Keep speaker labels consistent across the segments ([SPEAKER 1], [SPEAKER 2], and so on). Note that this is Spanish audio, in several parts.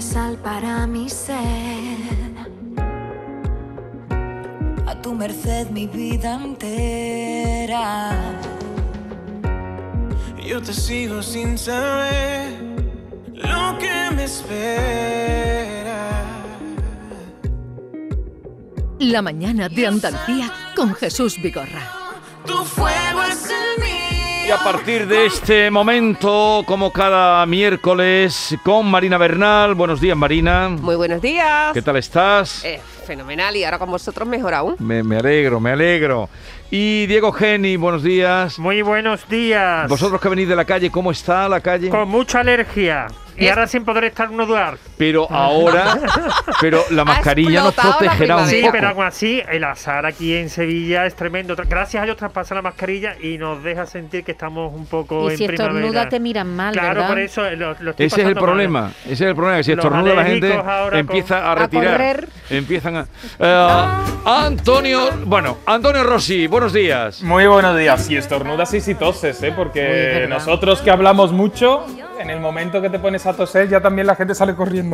[SPEAKER 1] sal para mi sed.
[SPEAKER 2] A tu merced mi vida entera.
[SPEAKER 3] Yo te sigo sin saber lo que me espera.
[SPEAKER 4] La mañana de Andalucía con Jesús Vigorra.
[SPEAKER 3] Tu fuego es el mío.
[SPEAKER 5] Y a partir de este momento, como cada miércoles, con Marina Bernal. Buenos días, Marina.
[SPEAKER 6] Muy buenos días.
[SPEAKER 5] ¿Qué tal estás?
[SPEAKER 6] Eh, fenomenal y ahora con vosotros mejor aún.
[SPEAKER 5] Me, me alegro, me alegro. Y Diego Geni, buenos días.
[SPEAKER 7] Muy buenos días.
[SPEAKER 5] Vosotros que venís de la calle, ¿cómo está la calle?
[SPEAKER 7] Con mucha alergia. Y
[SPEAKER 6] Es-
[SPEAKER 7] ahora sin poder estar en un lugar.
[SPEAKER 5] Pero ahora, pero la mascarilla nos
[SPEAKER 6] explotado la
[SPEAKER 5] protegerá un
[SPEAKER 6] primavera.
[SPEAKER 7] Sí,
[SPEAKER 5] poco.
[SPEAKER 7] pero aún así, el azar aquí en Sevilla es tremendo. Tra- Gracias a Dios traspasa la mascarilla y nos deja sentir que estamos un poco
[SPEAKER 8] Y
[SPEAKER 7] en
[SPEAKER 8] si
[SPEAKER 7] primavera.
[SPEAKER 8] estornuda te miran mal,
[SPEAKER 7] Claro,
[SPEAKER 8] ¿verdad?
[SPEAKER 7] por eso eh, lo, lo estoy
[SPEAKER 5] Ese es el
[SPEAKER 7] pasando mal.
[SPEAKER 5] problema, ese es el problema, que si
[SPEAKER 7] Los
[SPEAKER 5] estornuda la gente
[SPEAKER 7] alérgicos ahora
[SPEAKER 5] empieza a retirar.
[SPEAKER 6] correr.
[SPEAKER 5] empiezan a... Eh, Antonio, bueno, Antonio Rossi, buenos días.
[SPEAKER 9] Muy buenos días. Y estornudas y si toses, ¿eh?
[SPEAKER 8] Uy,
[SPEAKER 9] Porque
[SPEAKER 8] verdad.
[SPEAKER 9] nosotros que hablamos mucho, en el momento que te pones a toser, ya también la gente sale corriendo.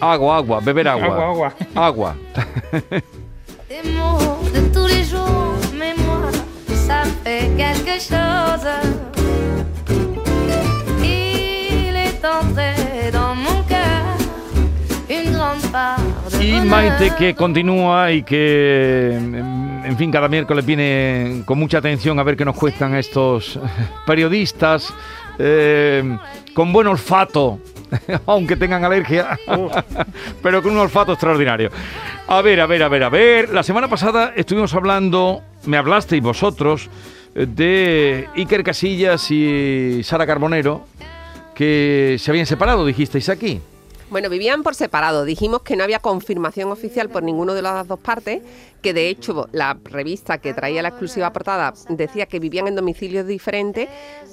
[SPEAKER 5] Agua, agua, beber agua.
[SPEAKER 9] Agua, agua.
[SPEAKER 5] Agua.
[SPEAKER 10] Des mots de tous les jours, mais moi, ça fait quelque chose. Il est entré dans mon cœur une grande part de
[SPEAKER 5] Y
[SPEAKER 10] bonheur.
[SPEAKER 5] Maite que continúa y que, mm, en en fin, cada miércoles viene con mucha atención a ver qué nos cuestan estos periodistas eh, con buen olfato, aunque tengan alergia, pero con un olfato extraordinario. A ver, a ver, a ver, a ver. La semana pasada estuvimos hablando, me hablasteis vosotros, eh, de Iker Casillas y Sara Carbonero, que se habían separado, dijisteis aquí.
[SPEAKER 6] Bueno, vivían por separado. Dijimos que no había confirmación oficial por ninguno de las dos partes, que de hecho la revista que traía la exclusiva portada decía que vivían en domicilios diferentes,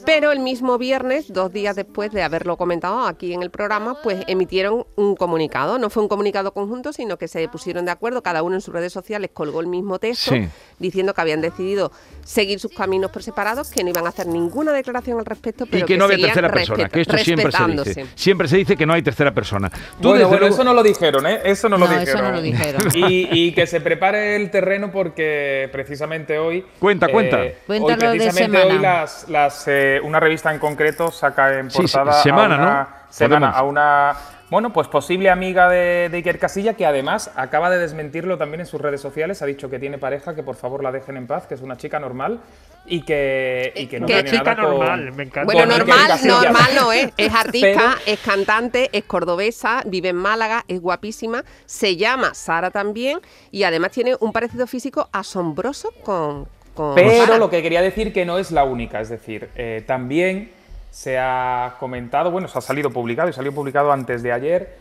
[SPEAKER 6] pero el mismo viernes, dos días después de haberlo comentado aquí en el programa, pues emitieron un comunicado. No fue un comunicado conjunto, sino que se pusieron de acuerdo, cada uno en sus redes sociales colgó el mismo texto
[SPEAKER 5] Sí.
[SPEAKER 6] diciendo que habían decidido seguir sus caminos por separados, que no iban a hacer ninguna declaración al respecto,
[SPEAKER 5] y
[SPEAKER 6] pero
[SPEAKER 5] que, no había
[SPEAKER 6] seguían
[SPEAKER 5] tercera persona,
[SPEAKER 6] respet-
[SPEAKER 5] que esto siempre se dice.
[SPEAKER 6] respetándose.
[SPEAKER 5] Siempre se dice que no hay tercera persona. Tú,
[SPEAKER 9] bueno,
[SPEAKER 5] desde
[SPEAKER 9] bueno,
[SPEAKER 5] luego-
[SPEAKER 9] eso no lo dijeron, ¿eh? Eso no,
[SPEAKER 8] No,
[SPEAKER 9] lo
[SPEAKER 8] eso
[SPEAKER 9] dijeron.
[SPEAKER 8] no lo dijeron.
[SPEAKER 9] y, y que se prepare el terreno porque precisamente hoy.
[SPEAKER 5] Cuenta, cuenta.
[SPEAKER 8] Cuéntalo
[SPEAKER 9] hoy,
[SPEAKER 8] de
[SPEAKER 9] precisamente
[SPEAKER 8] semana.
[SPEAKER 9] hoy las, las, eh, una revista en concreto saca en
[SPEAKER 5] Sí, sí,
[SPEAKER 9] portada.
[SPEAKER 5] semana,
[SPEAKER 9] a una,
[SPEAKER 5] ¿no?
[SPEAKER 9] Semana,
[SPEAKER 5] Podemos.
[SPEAKER 9] a una. Bueno, pues posible amiga de, de Iker Casilla, que además acaba de desmentirlo también en sus redes sociales. Ha dicho que tiene pareja, que por favor la dejen en paz, que es una chica normal y que, y que no
[SPEAKER 6] Que-
[SPEAKER 9] tiene
[SPEAKER 7] Chica
[SPEAKER 9] nada con-
[SPEAKER 7] normal, me encanta.
[SPEAKER 6] Bueno,
[SPEAKER 9] Con Iker
[SPEAKER 6] normal,
[SPEAKER 9] Casillas.
[SPEAKER 6] normal no es. Es artista,
[SPEAKER 9] Pero-
[SPEAKER 6] es cantante, es cordobesa, vive en Málaga, es guapísima, se llama Sara también y además tiene un parecido físico asombroso con. con
[SPEAKER 9] Pero
[SPEAKER 6] Sara.
[SPEAKER 9] lo que quería decir que no es la única, es decir, eh, también se ha comentado, bueno, se ha salido publicado y salió publicado antes de ayer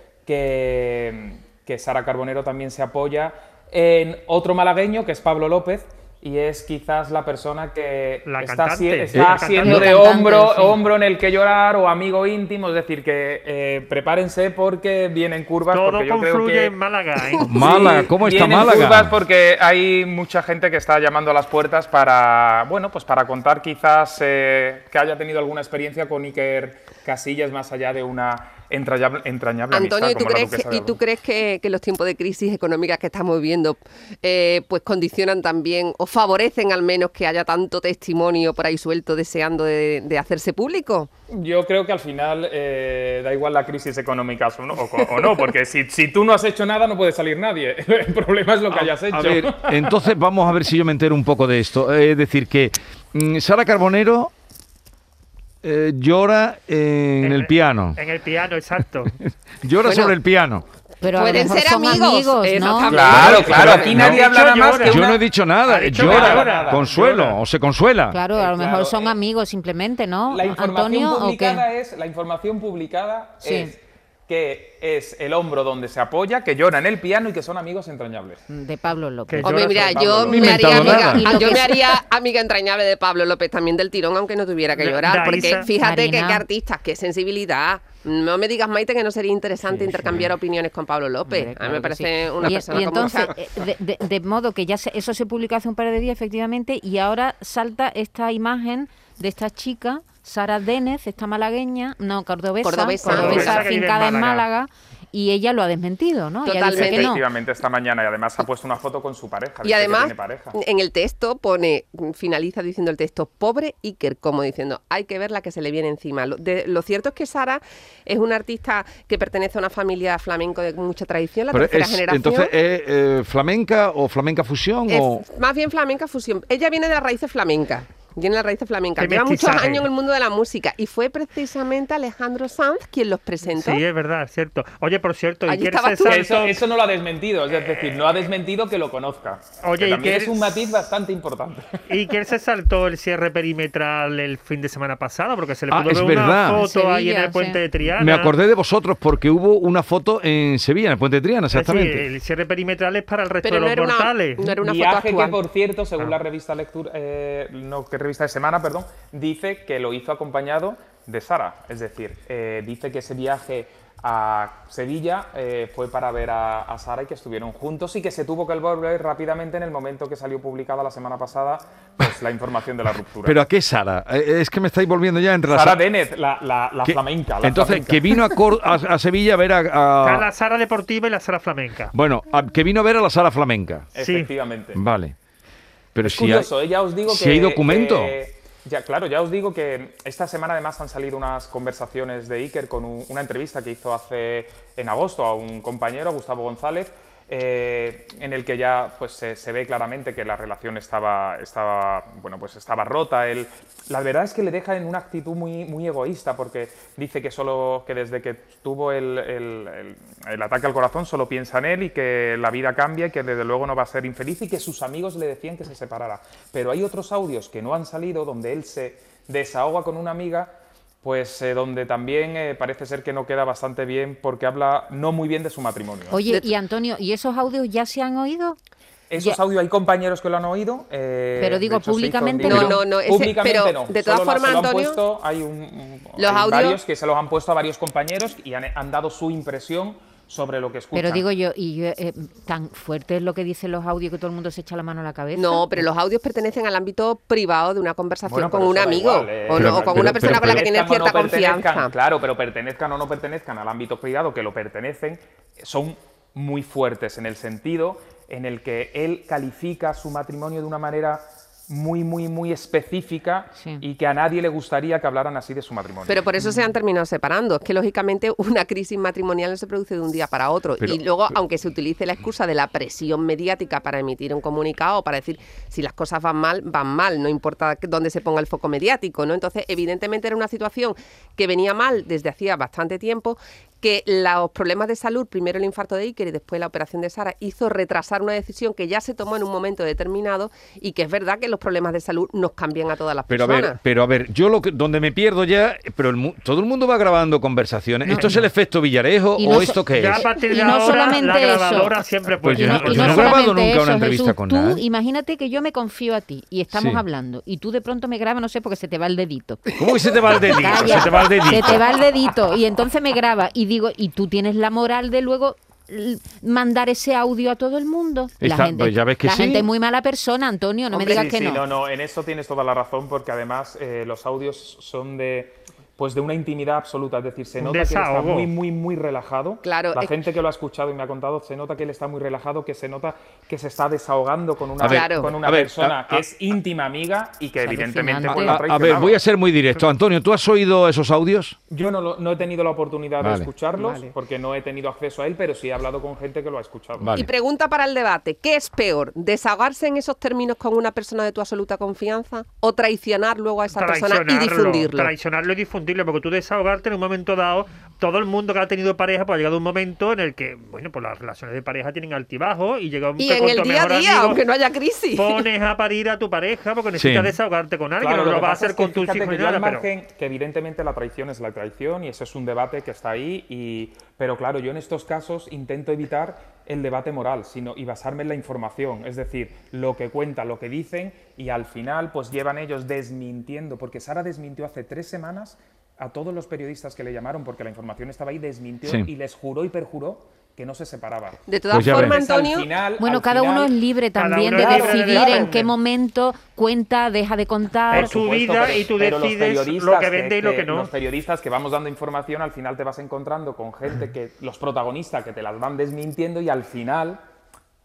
[SPEAKER 9] que, que Sara Carbonero también se apoya en otro malagueño que es Pablo López. Y es quizás la persona que
[SPEAKER 7] La
[SPEAKER 9] está,
[SPEAKER 7] cantante.
[SPEAKER 9] haci-
[SPEAKER 7] Eh,
[SPEAKER 9] está
[SPEAKER 7] la cantante.
[SPEAKER 9] haciendo de
[SPEAKER 8] La cantante,
[SPEAKER 9] hombro,
[SPEAKER 8] sí.
[SPEAKER 9] hombro en el que llorar o amigo íntimo. Es decir, que eh, prepárense porque vienen curvas.
[SPEAKER 7] Todo
[SPEAKER 9] porque yo creo
[SPEAKER 7] confluye
[SPEAKER 9] que-
[SPEAKER 7] en Málaga, ¿eh?
[SPEAKER 5] Málaga, ¿cómo está
[SPEAKER 9] vienen
[SPEAKER 5] Málaga?
[SPEAKER 9] curvas porque hay mucha gente que está llamando a las puertas para, bueno, pues para contar quizás eh, que haya tenido alguna experiencia con Iker Casillas más allá de una entrañable, entrañable
[SPEAKER 6] Antonio, ¿y
[SPEAKER 9] amistad
[SPEAKER 6] tú
[SPEAKER 9] como la
[SPEAKER 6] crees, que,
[SPEAKER 9] duquesa de
[SPEAKER 6] ¿y tú
[SPEAKER 9] Alba.
[SPEAKER 6] crees que, que los tiempos de crisis económica que estamos viviendo eh, pues condicionan también o favorecen al menos que haya tanto testimonio por ahí suelto deseando de, de hacerse público?
[SPEAKER 9] Yo creo que al final eh, da igual la crisis económica o no, o co- o no, porque si, si tú no has hecho nada no puede salir nadie. El problema es lo que hayas hecho.
[SPEAKER 5] A ver, entonces vamos a ver si yo me entero un poco de esto. Eh, es decir, que mm, Sara Carbonero eh, llora en el piano.
[SPEAKER 7] En el piano, exacto.
[SPEAKER 5] Llora
[SPEAKER 6] Bueno.
[SPEAKER 5] sobre el piano.
[SPEAKER 8] Pero a lo
[SPEAKER 6] Pueden
[SPEAKER 8] mejor
[SPEAKER 6] ser
[SPEAKER 8] son
[SPEAKER 6] amigos, Eh,
[SPEAKER 8] amigos, ¿no?
[SPEAKER 6] exactamente.
[SPEAKER 9] Claro,
[SPEAKER 5] Pero-
[SPEAKER 9] claro, aquí
[SPEAKER 5] no.
[SPEAKER 9] nadie
[SPEAKER 7] Ha
[SPEAKER 9] hablará
[SPEAKER 7] dicho
[SPEAKER 9] más que
[SPEAKER 7] llora.
[SPEAKER 5] Yo
[SPEAKER 9] una-
[SPEAKER 5] no he dicho
[SPEAKER 7] Ha
[SPEAKER 5] nada.
[SPEAKER 7] dicho que
[SPEAKER 5] llora.
[SPEAKER 7] llora.
[SPEAKER 5] Consuelo,
[SPEAKER 9] Llora.
[SPEAKER 5] o se consuela.
[SPEAKER 8] Claro, a lo
[SPEAKER 9] Claro,
[SPEAKER 8] mejor son
[SPEAKER 9] eh,
[SPEAKER 8] amigos simplemente, ¿no?
[SPEAKER 9] La información
[SPEAKER 8] Antonio, ¿o qué?
[SPEAKER 9] publicada es la información publicada
[SPEAKER 8] Sí.
[SPEAKER 9] es que es el hombro donde se apoya, que llora en el piano y que son amigos entrañables.
[SPEAKER 8] De Pablo López.
[SPEAKER 7] Que
[SPEAKER 6] Hombre,
[SPEAKER 7] llora
[SPEAKER 6] mira,
[SPEAKER 9] sobre
[SPEAKER 6] yo
[SPEAKER 9] Pablo.
[SPEAKER 5] No he
[SPEAKER 6] me haría,
[SPEAKER 5] inventado
[SPEAKER 6] amiga,
[SPEAKER 5] nada.
[SPEAKER 6] ah, yo
[SPEAKER 8] Y lo
[SPEAKER 6] me
[SPEAKER 8] que-
[SPEAKER 6] haría amiga entrañable de Pablo López también del tirón, aunque no tuviera que
[SPEAKER 7] De-
[SPEAKER 6] llorar.
[SPEAKER 7] de
[SPEAKER 6] porque
[SPEAKER 7] Arisa.
[SPEAKER 6] fíjate que,
[SPEAKER 8] Marina.
[SPEAKER 6] qué artistas, qué sensibilidad. No me digas, Maite, que no sería interesante intercambiar opiniones con Pablo López.
[SPEAKER 8] Hombre,
[SPEAKER 6] A mí
[SPEAKER 8] claro
[SPEAKER 6] me
[SPEAKER 8] que
[SPEAKER 6] parece
[SPEAKER 8] sí.
[SPEAKER 6] una
[SPEAKER 8] y,
[SPEAKER 6] persona
[SPEAKER 8] y
[SPEAKER 6] como
[SPEAKER 8] entonces,
[SPEAKER 6] esa.
[SPEAKER 8] eh, de, de- de modo que ya se- eso se publicó hace un par de días, efectivamente, y ahora salta esta imagen de esta chica, Sara Dénez, esta malagueña, no, cordobesa,
[SPEAKER 6] Cordobesa.
[SPEAKER 8] cordobesa,
[SPEAKER 7] Cordobesa que vive en
[SPEAKER 8] afincada en
[SPEAKER 7] Málaga.
[SPEAKER 8] Málaga, y ella lo ha desmentido, ¿no? Ella dice que no.
[SPEAKER 9] Efectivamente, esta mañana y además ha puesto una foto con su pareja.
[SPEAKER 6] Y
[SPEAKER 9] dice que
[SPEAKER 6] además,
[SPEAKER 9] tiene pareja.
[SPEAKER 8] eh,
[SPEAKER 6] en el texto pone, finaliza diciendo el texto, pobre Iker, como diciendo, hay que ver la que se le viene encima. Lo, de- lo cierto es que Sara es una artista que pertenece a una familia flamenco de mucha tradición, la
[SPEAKER 5] Pero
[SPEAKER 6] tercera
[SPEAKER 5] es-
[SPEAKER 6] generación.
[SPEAKER 5] entonces, ¿es eh, flamenca o flamenca fusión?
[SPEAKER 6] Es
[SPEAKER 5] o...
[SPEAKER 6] más bien flamenca fusión. Ella viene de las raíces flamencas. Viene de las raíces flamencas.
[SPEAKER 7] Qué
[SPEAKER 6] Lleva muchos
[SPEAKER 7] mestizaje.
[SPEAKER 6] años en el mundo de la música. Y fue precisamente Alejandro Sanz quien los presentó.
[SPEAKER 7] Sí, es verdad, es cierto. Oye, por cierto,
[SPEAKER 6] Allí
[SPEAKER 7] Iker
[SPEAKER 6] estabas tú.
[SPEAKER 7] César-
[SPEAKER 9] Eso, eso no lo ha desmentido, es decir, no ha desmentido que lo conozca.
[SPEAKER 7] Oye,
[SPEAKER 9] que
[SPEAKER 7] y
[SPEAKER 9] también
[SPEAKER 7] que-
[SPEAKER 9] es un matiz bastante importante.
[SPEAKER 7] Iker se saltó el cierre perimetral el fin de semana pasado porque se le
[SPEAKER 5] Ah,
[SPEAKER 7] pudo
[SPEAKER 5] es
[SPEAKER 7] ver
[SPEAKER 5] verdad.
[SPEAKER 7] una foto
[SPEAKER 8] Sevilla,
[SPEAKER 7] ahí en el
[SPEAKER 8] sí.
[SPEAKER 7] puente de Triana.
[SPEAKER 5] Me acordé de vosotros porque hubo una foto en Sevilla, en el Puente de Triana,
[SPEAKER 7] Es decir,
[SPEAKER 5] exactamente.
[SPEAKER 7] el cierre perimetral es para el resto
[SPEAKER 6] Pero
[SPEAKER 7] de
[SPEAKER 6] no
[SPEAKER 7] los
[SPEAKER 6] era, una,
[SPEAKER 7] mortales.
[SPEAKER 6] no era una foto
[SPEAKER 9] Viaje que,
[SPEAKER 6] actual.
[SPEAKER 9] por cierto,
[SPEAKER 5] Ah.
[SPEAKER 9] según la revista Lectura, eh, no, que revista de semana, perdón, dice que lo hizo acompañado de Sara. Es decir, eh, dice que ese viaje a Sevilla eh, fue para ver a, a Sara y que estuvieron juntos y que se tuvo que volver rápidamente en el momento que salió publicada la semana pasada pues, la información de la ruptura.
[SPEAKER 5] ¿Pero a qué Sara? Eh, Es que me estáis volviendo ya entre
[SPEAKER 9] Sara
[SPEAKER 5] las...
[SPEAKER 9] Dennett, la, la- la
[SPEAKER 5] que-
[SPEAKER 9] flamenca. la
[SPEAKER 5] Entonces,
[SPEAKER 9] flamenca.
[SPEAKER 5] que vino a, Cor- a- a Sevilla a ver a...
[SPEAKER 7] Está
[SPEAKER 5] a-
[SPEAKER 7] la sala deportiva y la sala flamenca.
[SPEAKER 5] Bueno, a- que vino a ver a la sala flamenca.
[SPEAKER 7] sí.
[SPEAKER 9] Efectivamente.
[SPEAKER 5] Vale. Pero
[SPEAKER 9] Es
[SPEAKER 5] si hay-
[SPEAKER 9] curioso, eh, ya os digo
[SPEAKER 5] si
[SPEAKER 9] que.
[SPEAKER 5] hay documento.
[SPEAKER 9] que- ya, claro, ya os digo que esta semana además han salido unas conversaciones de Iker con un- una entrevista que hizo hace en agosto a un compañero, a Gustavo González, eh, en el que ya pues se, se ve claramente que la relación estaba, estaba bueno pues estaba rota. Él, la verdad es que le deja en una actitud muy, muy egoísta porque dice que solo que desde que tuvo el, el- el- el ataque al corazón solo piensa en él y que la vida cambia y que desde luego no va a ser infeliz y que sus amigos le decían que se separara. Pero hay otros audios que no han salido donde él se desahoga con una amiga, pues eh, donde también eh, parece ser que no queda bastante bien porque habla no muy bien de su matrimonio.
[SPEAKER 8] Oye, y Antonio, ¿y esos audios ya se han oído?
[SPEAKER 9] Esos
[SPEAKER 8] ya-
[SPEAKER 9] audios hay compañeros que lo han oído. eh,
[SPEAKER 8] Pero
[SPEAKER 9] de
[SPEAKER 8] digo,
[SPEAKER 9] hecho, se hizo en
[SPEAKER 8] públicamente
[SPEAKER 9] directo.
[SPEAKER 6] no. No, no, ese-
[SPEAKER 9] públicamente
[SPEAKER 6] pero,
[SPEAKER 9] no.
[SPEAKER 6] de todas
[SPEAKER 9] Solo la-
[SPEAKER 6] formas,
[SPEAKER 9] se lo han
[SPEAKER 6] Antonio,
[SPEAKER 9] puesto- hay un- un-
[SPEAKER 6] los
[SPEAKER 9] hay
[SPEAKER 6] audios-
[SPEAKER 9] varios que se los han puesto a varios compañeros y han, han dado su impresión sobre lo que escuchan.
[SPEAKER 8] Pero digo yo, y yo, eh, tan fuerte es lo que dicen los audios que todo el mundo se echa la mano a la cabeza.
[SPEAKER 6] No, pero los audios pertenecen al ámbito privado de una conversación
[SPEAKER 9] Bueno,
[SPEAKER 6] con
[SPEAKER 9] pero
[SPEAKER 6] un
[SPEAKER 9] eso da
[SPEAKER 6] amigo
[SPEAKER 9] igual, eh.
[SPEAKER 6] o,
[SPEAKER 5] Pero-
[SPEAKER 6] no, o con
[SPEAKER 5] pero-
[SPEAKER 6] una persona
[SPEAKER 5] pero-
[SPEAKER 6] con la que
[SPEAKER 5] pero-
[SPEAKER 6] tiene
[SPEAKER 9] Pertenezcan o
[SPEAKER 6] cierta
[SPEAKER 9] no pertenezcan,
[SPEAKER 6] confianza.
[SPEAKER 9] Claro, pero pertenezcan o no pertenezcan al ámbito privado que lo pertenecen, son muy fuertes en el sentido en el que él califica su matrimonio de una manera muy, muy, muy específica
[SPEAKER 8] Sí.
[SPEAKER 9] y que a nadie le gustaría que hablaran así de su matrimonio.
[SPEAKER 6] Pero por eso
[SPEAKER 5] Mm.
[SPEAKER 6] se han terminado separando. Es que lógicamente una crisis matrimonial no se produce de un día para otro.
[SPEAKER 5] Pero-
[SPEAKER 6] y luego, aunque se utilice la excusa de la presión mediática para emitir un comunicado, para decir si las cosas van mal, van mal, no importa que- dónde se ponga el foco mediático, ¿no? Entonces, evidentemente era una situación que venía mal desde hacía bastante tiempo que los problemas de salud, primero el infarto de Iker y después la operación de Sara, hizo retrasar una decisión que ya se tomó en un momento determinado y que es verdad que los problemas de salud nos cambian a todas las
[SPEAKER 5] Pero a
[SPEAKER 6] personas.
[SPEAKER 5] ver, pero a ver, yo lo que, donde me pierdo ya, pero el mu- todo el mundo va grabando conversaciones. ¿Esto es el efecto Villarejo
[SPEAKER 8] Y
[SPEAKER 5] o
[SPEAKER 8] no so-
[SPEAKER 5] esto qué
[SPEAKER 7] Ya a
[SPEAKER 5] es?
[SPEAKER 7] partir
[SPEAKER 8] Y
[SPEAKER 7] de
[SPEAKER 8] no
[SPEAKER 7] ahora la
[SPEAKER 8] solamente eso.
[SPEAKER 7] grabadora siempre
[SPEAKER 5] Pues
[SPEAKER 7] puede.
[SPEAKER 5] yo no-
[SPEAKER 7] Porque
[SPEAKER 5] yo no he grabado
[SPEAKER 8] solamente
[SPEAKER 5] nunca una entrevista
[SPEAKER 8] Jesús,
[SPEAKER 5] con
[SPEAKER 8] tú
[SPEAKER 5] nadie.
[SPEAKER 8] imagínate que yo me confío a ti y estamos
[SPEAKER 5] Sí.
[SPEAKER 8] hablando y tú de pronto me grabas, no sé, porque se te va el dedito.
[SPEAKER 5] ¿Cómo que se te va el dedito?
[SPEAKER 8] Calla,
[SPEAKER 5] se te va el dedito.
[SPEAKER 8] se te va el dedito y entonces me graba y digo, y tú tienes la moral de luego l- mandar ese audio a todo el mundo.
[SPEAKER 5] Está-
[SPEAKER 8] la gente,
[SPEAKER 5] pues ya ves que
[SPEAKER 8] la
[SPEAKER 5] sí.
[SPEAKER 8] gente es muy mala persona, Antonio, no
[SPEAKER 6] Hombre,
[SPEAKER 8] me
[SPEAKER 9] sí,
[SPEAKER 8] digas que
[SPEAKER 9] sí,
[SPEAKER 8] no.
[SPEAKER 9] no, en eso tienes toda la razón porque además eh, los audios son de pues de una intimidad absoluta, es decir, se
[SPEAKER 7] Un
[SPEAKER 9] nota que él está
[SPEAKER 7] desahogo.
[SPEAKER 9] muy muy muy relajado.
[SPEAKER 6] Claro,
[SPEAKER 9] la
[SPEAKER 5] eh,
[SPEAKER 6] es-
[SPEAKER 9] gente que lo ha escuchado y me ha contado se nota que él está muy relajado, que se nota que se está desahogando con
[SPEAKER 5] A
[SPEAKER 9] una
[SPEAKER 5] ver,
[SPEAKER 6] Claro.
[SPEAKER 9] con una
[SPEAKER 5] a ver,
[SPEAKER 9] persona
[SPEAKER 5] a-
[SPEAKER 9] que
[SPEAKER 5] a-
[SPEAKER 9] es íntima amiga y que
[SPEAKER 8] Es
[SPEAKER 9] evidentemente
[SPEAKER 8] alucinante.
[SPEAKER 9] pues, lo ha
[SPEAKER 5] A, a ver,
[SPEAKER 9] traicionado.
[SPEAKER 5] voy a ser muy directo. Antonio, ¿tú has oído esos audios?
[SPEAKER 9] Yo no, lo- no he tenido la oportunidad
[SPEAKER 5] Vale.
[SPEAKER 9] de escucharlos
[SPEAKER 6] Vale.
[SPEAKER 9] porque no he tenido acceso a él, pero sí he hablado con gente que lo ha escuchado.
[SPEAKER 5] Vale.
[SPEAKER 6] Y pregunta para el debate, ¿qué es peor? ¿Desahogarse en esos términos con una persona de tu absoluta confianza o traicionar luego a esa persona y difundirlo?
[SPEAKER 7] Traicionarlo y difundirlo, porque tú desahogarte en un momento dado, todo el mundo que ha tenido pareja, pues ha llegado un momento en el que, bueno, pues las relaciones de pareja tienen altibajos y llega un
[SPEAKER 6] Y
[SPEAKER 7] que
[SPEAKER 6] en
[SPEAKER 7] con
[SPEAKER 6] el
[SPEAKER 7] tu
[SPEAKER 6] día a
[SPEAKER 7] mejor
[SPEAKER 6] día,
[SPEAKER 7] amigo
[SPEAKER 6] aunque no haya crisis.
[SPEAKER 7] Pones a parir a tu pareja porque necesitas desahogarte con alguien,
[SPEAKER 9] Claro,
[SPEAKER 7] no lo
[SPEAKER 9] lo que
[SPEAKER 7] vas a
[SPEAKER 9] pasa
[SPEAKER 7] hacer
[SPEAKER 9] es que
[SPEAKER 7] con tus
[SPEAKER 9] fíjate
[SPEAKER 7] hijos
[SPEAKER 9] que
[SPEAKER 7] ni
[SPEAKER 9] yo al
[SPEAKER 7] nada, pero...
[SPEAKER 9] margen que evidentemente la traición es la traición y eso es un debate que está ahí y pero claro, yo en estos casos intento evitar el debate moral, sino y basarme en la información, es decir, lo que cuentan, lo que dicen y al final pues llevan ellos desmintiendo, porque Sara desmintió hace tres semanas a todos los periodistas que le llamaron porque la información estaba ahí, desmintió
[SPEAKER 5] Sí.
[SPEAKER 9] y les juró y perjuró que no se separaba.
[SPEAKER 6] De todas
[SPEAKER 5] Pues ya
[SPEAKER 6] formas,
[SPEAKER 5] ves.
[SPEAKER 9] Al
[SPEAKER 6] Antonio,
[SPEAKER 9] final-
[SPEAKER 8] Bueno,
[SPEAKER 9] al
[SPEAKER 8] cada uno
[SPEAKER 9] final-
[SPEAKER 8] es libre
[SPEAKER 7] Cada
[SPEAKER 8] también
[SPEAKER 7] uno
[SPEAKER 8] de
[SPEAKER 7] es libre de
[SPEAKER 8] decidir en
[SPEAKER 7] depender.
[SPEAKER 8] qué momento cuenta, deja de contar.
[SPEAKER 7] Es tu
[SPEAKER 9] supuesto,
[SPEAKER 7] vida
[SPEAKER 9] pero-
[SPEAKER 7] y tú
[SPEAKER 9] pero los
[SPEAKER 7] decides lo
[SPEAKER 9] periodistas
[SPEAKER 7] que vende y lo que no.
[SPEAKER 9] Los periodistas que vamos dando información, al final te vas encontrando con gente que, los protagonistas, que te las van desmintiendo y al final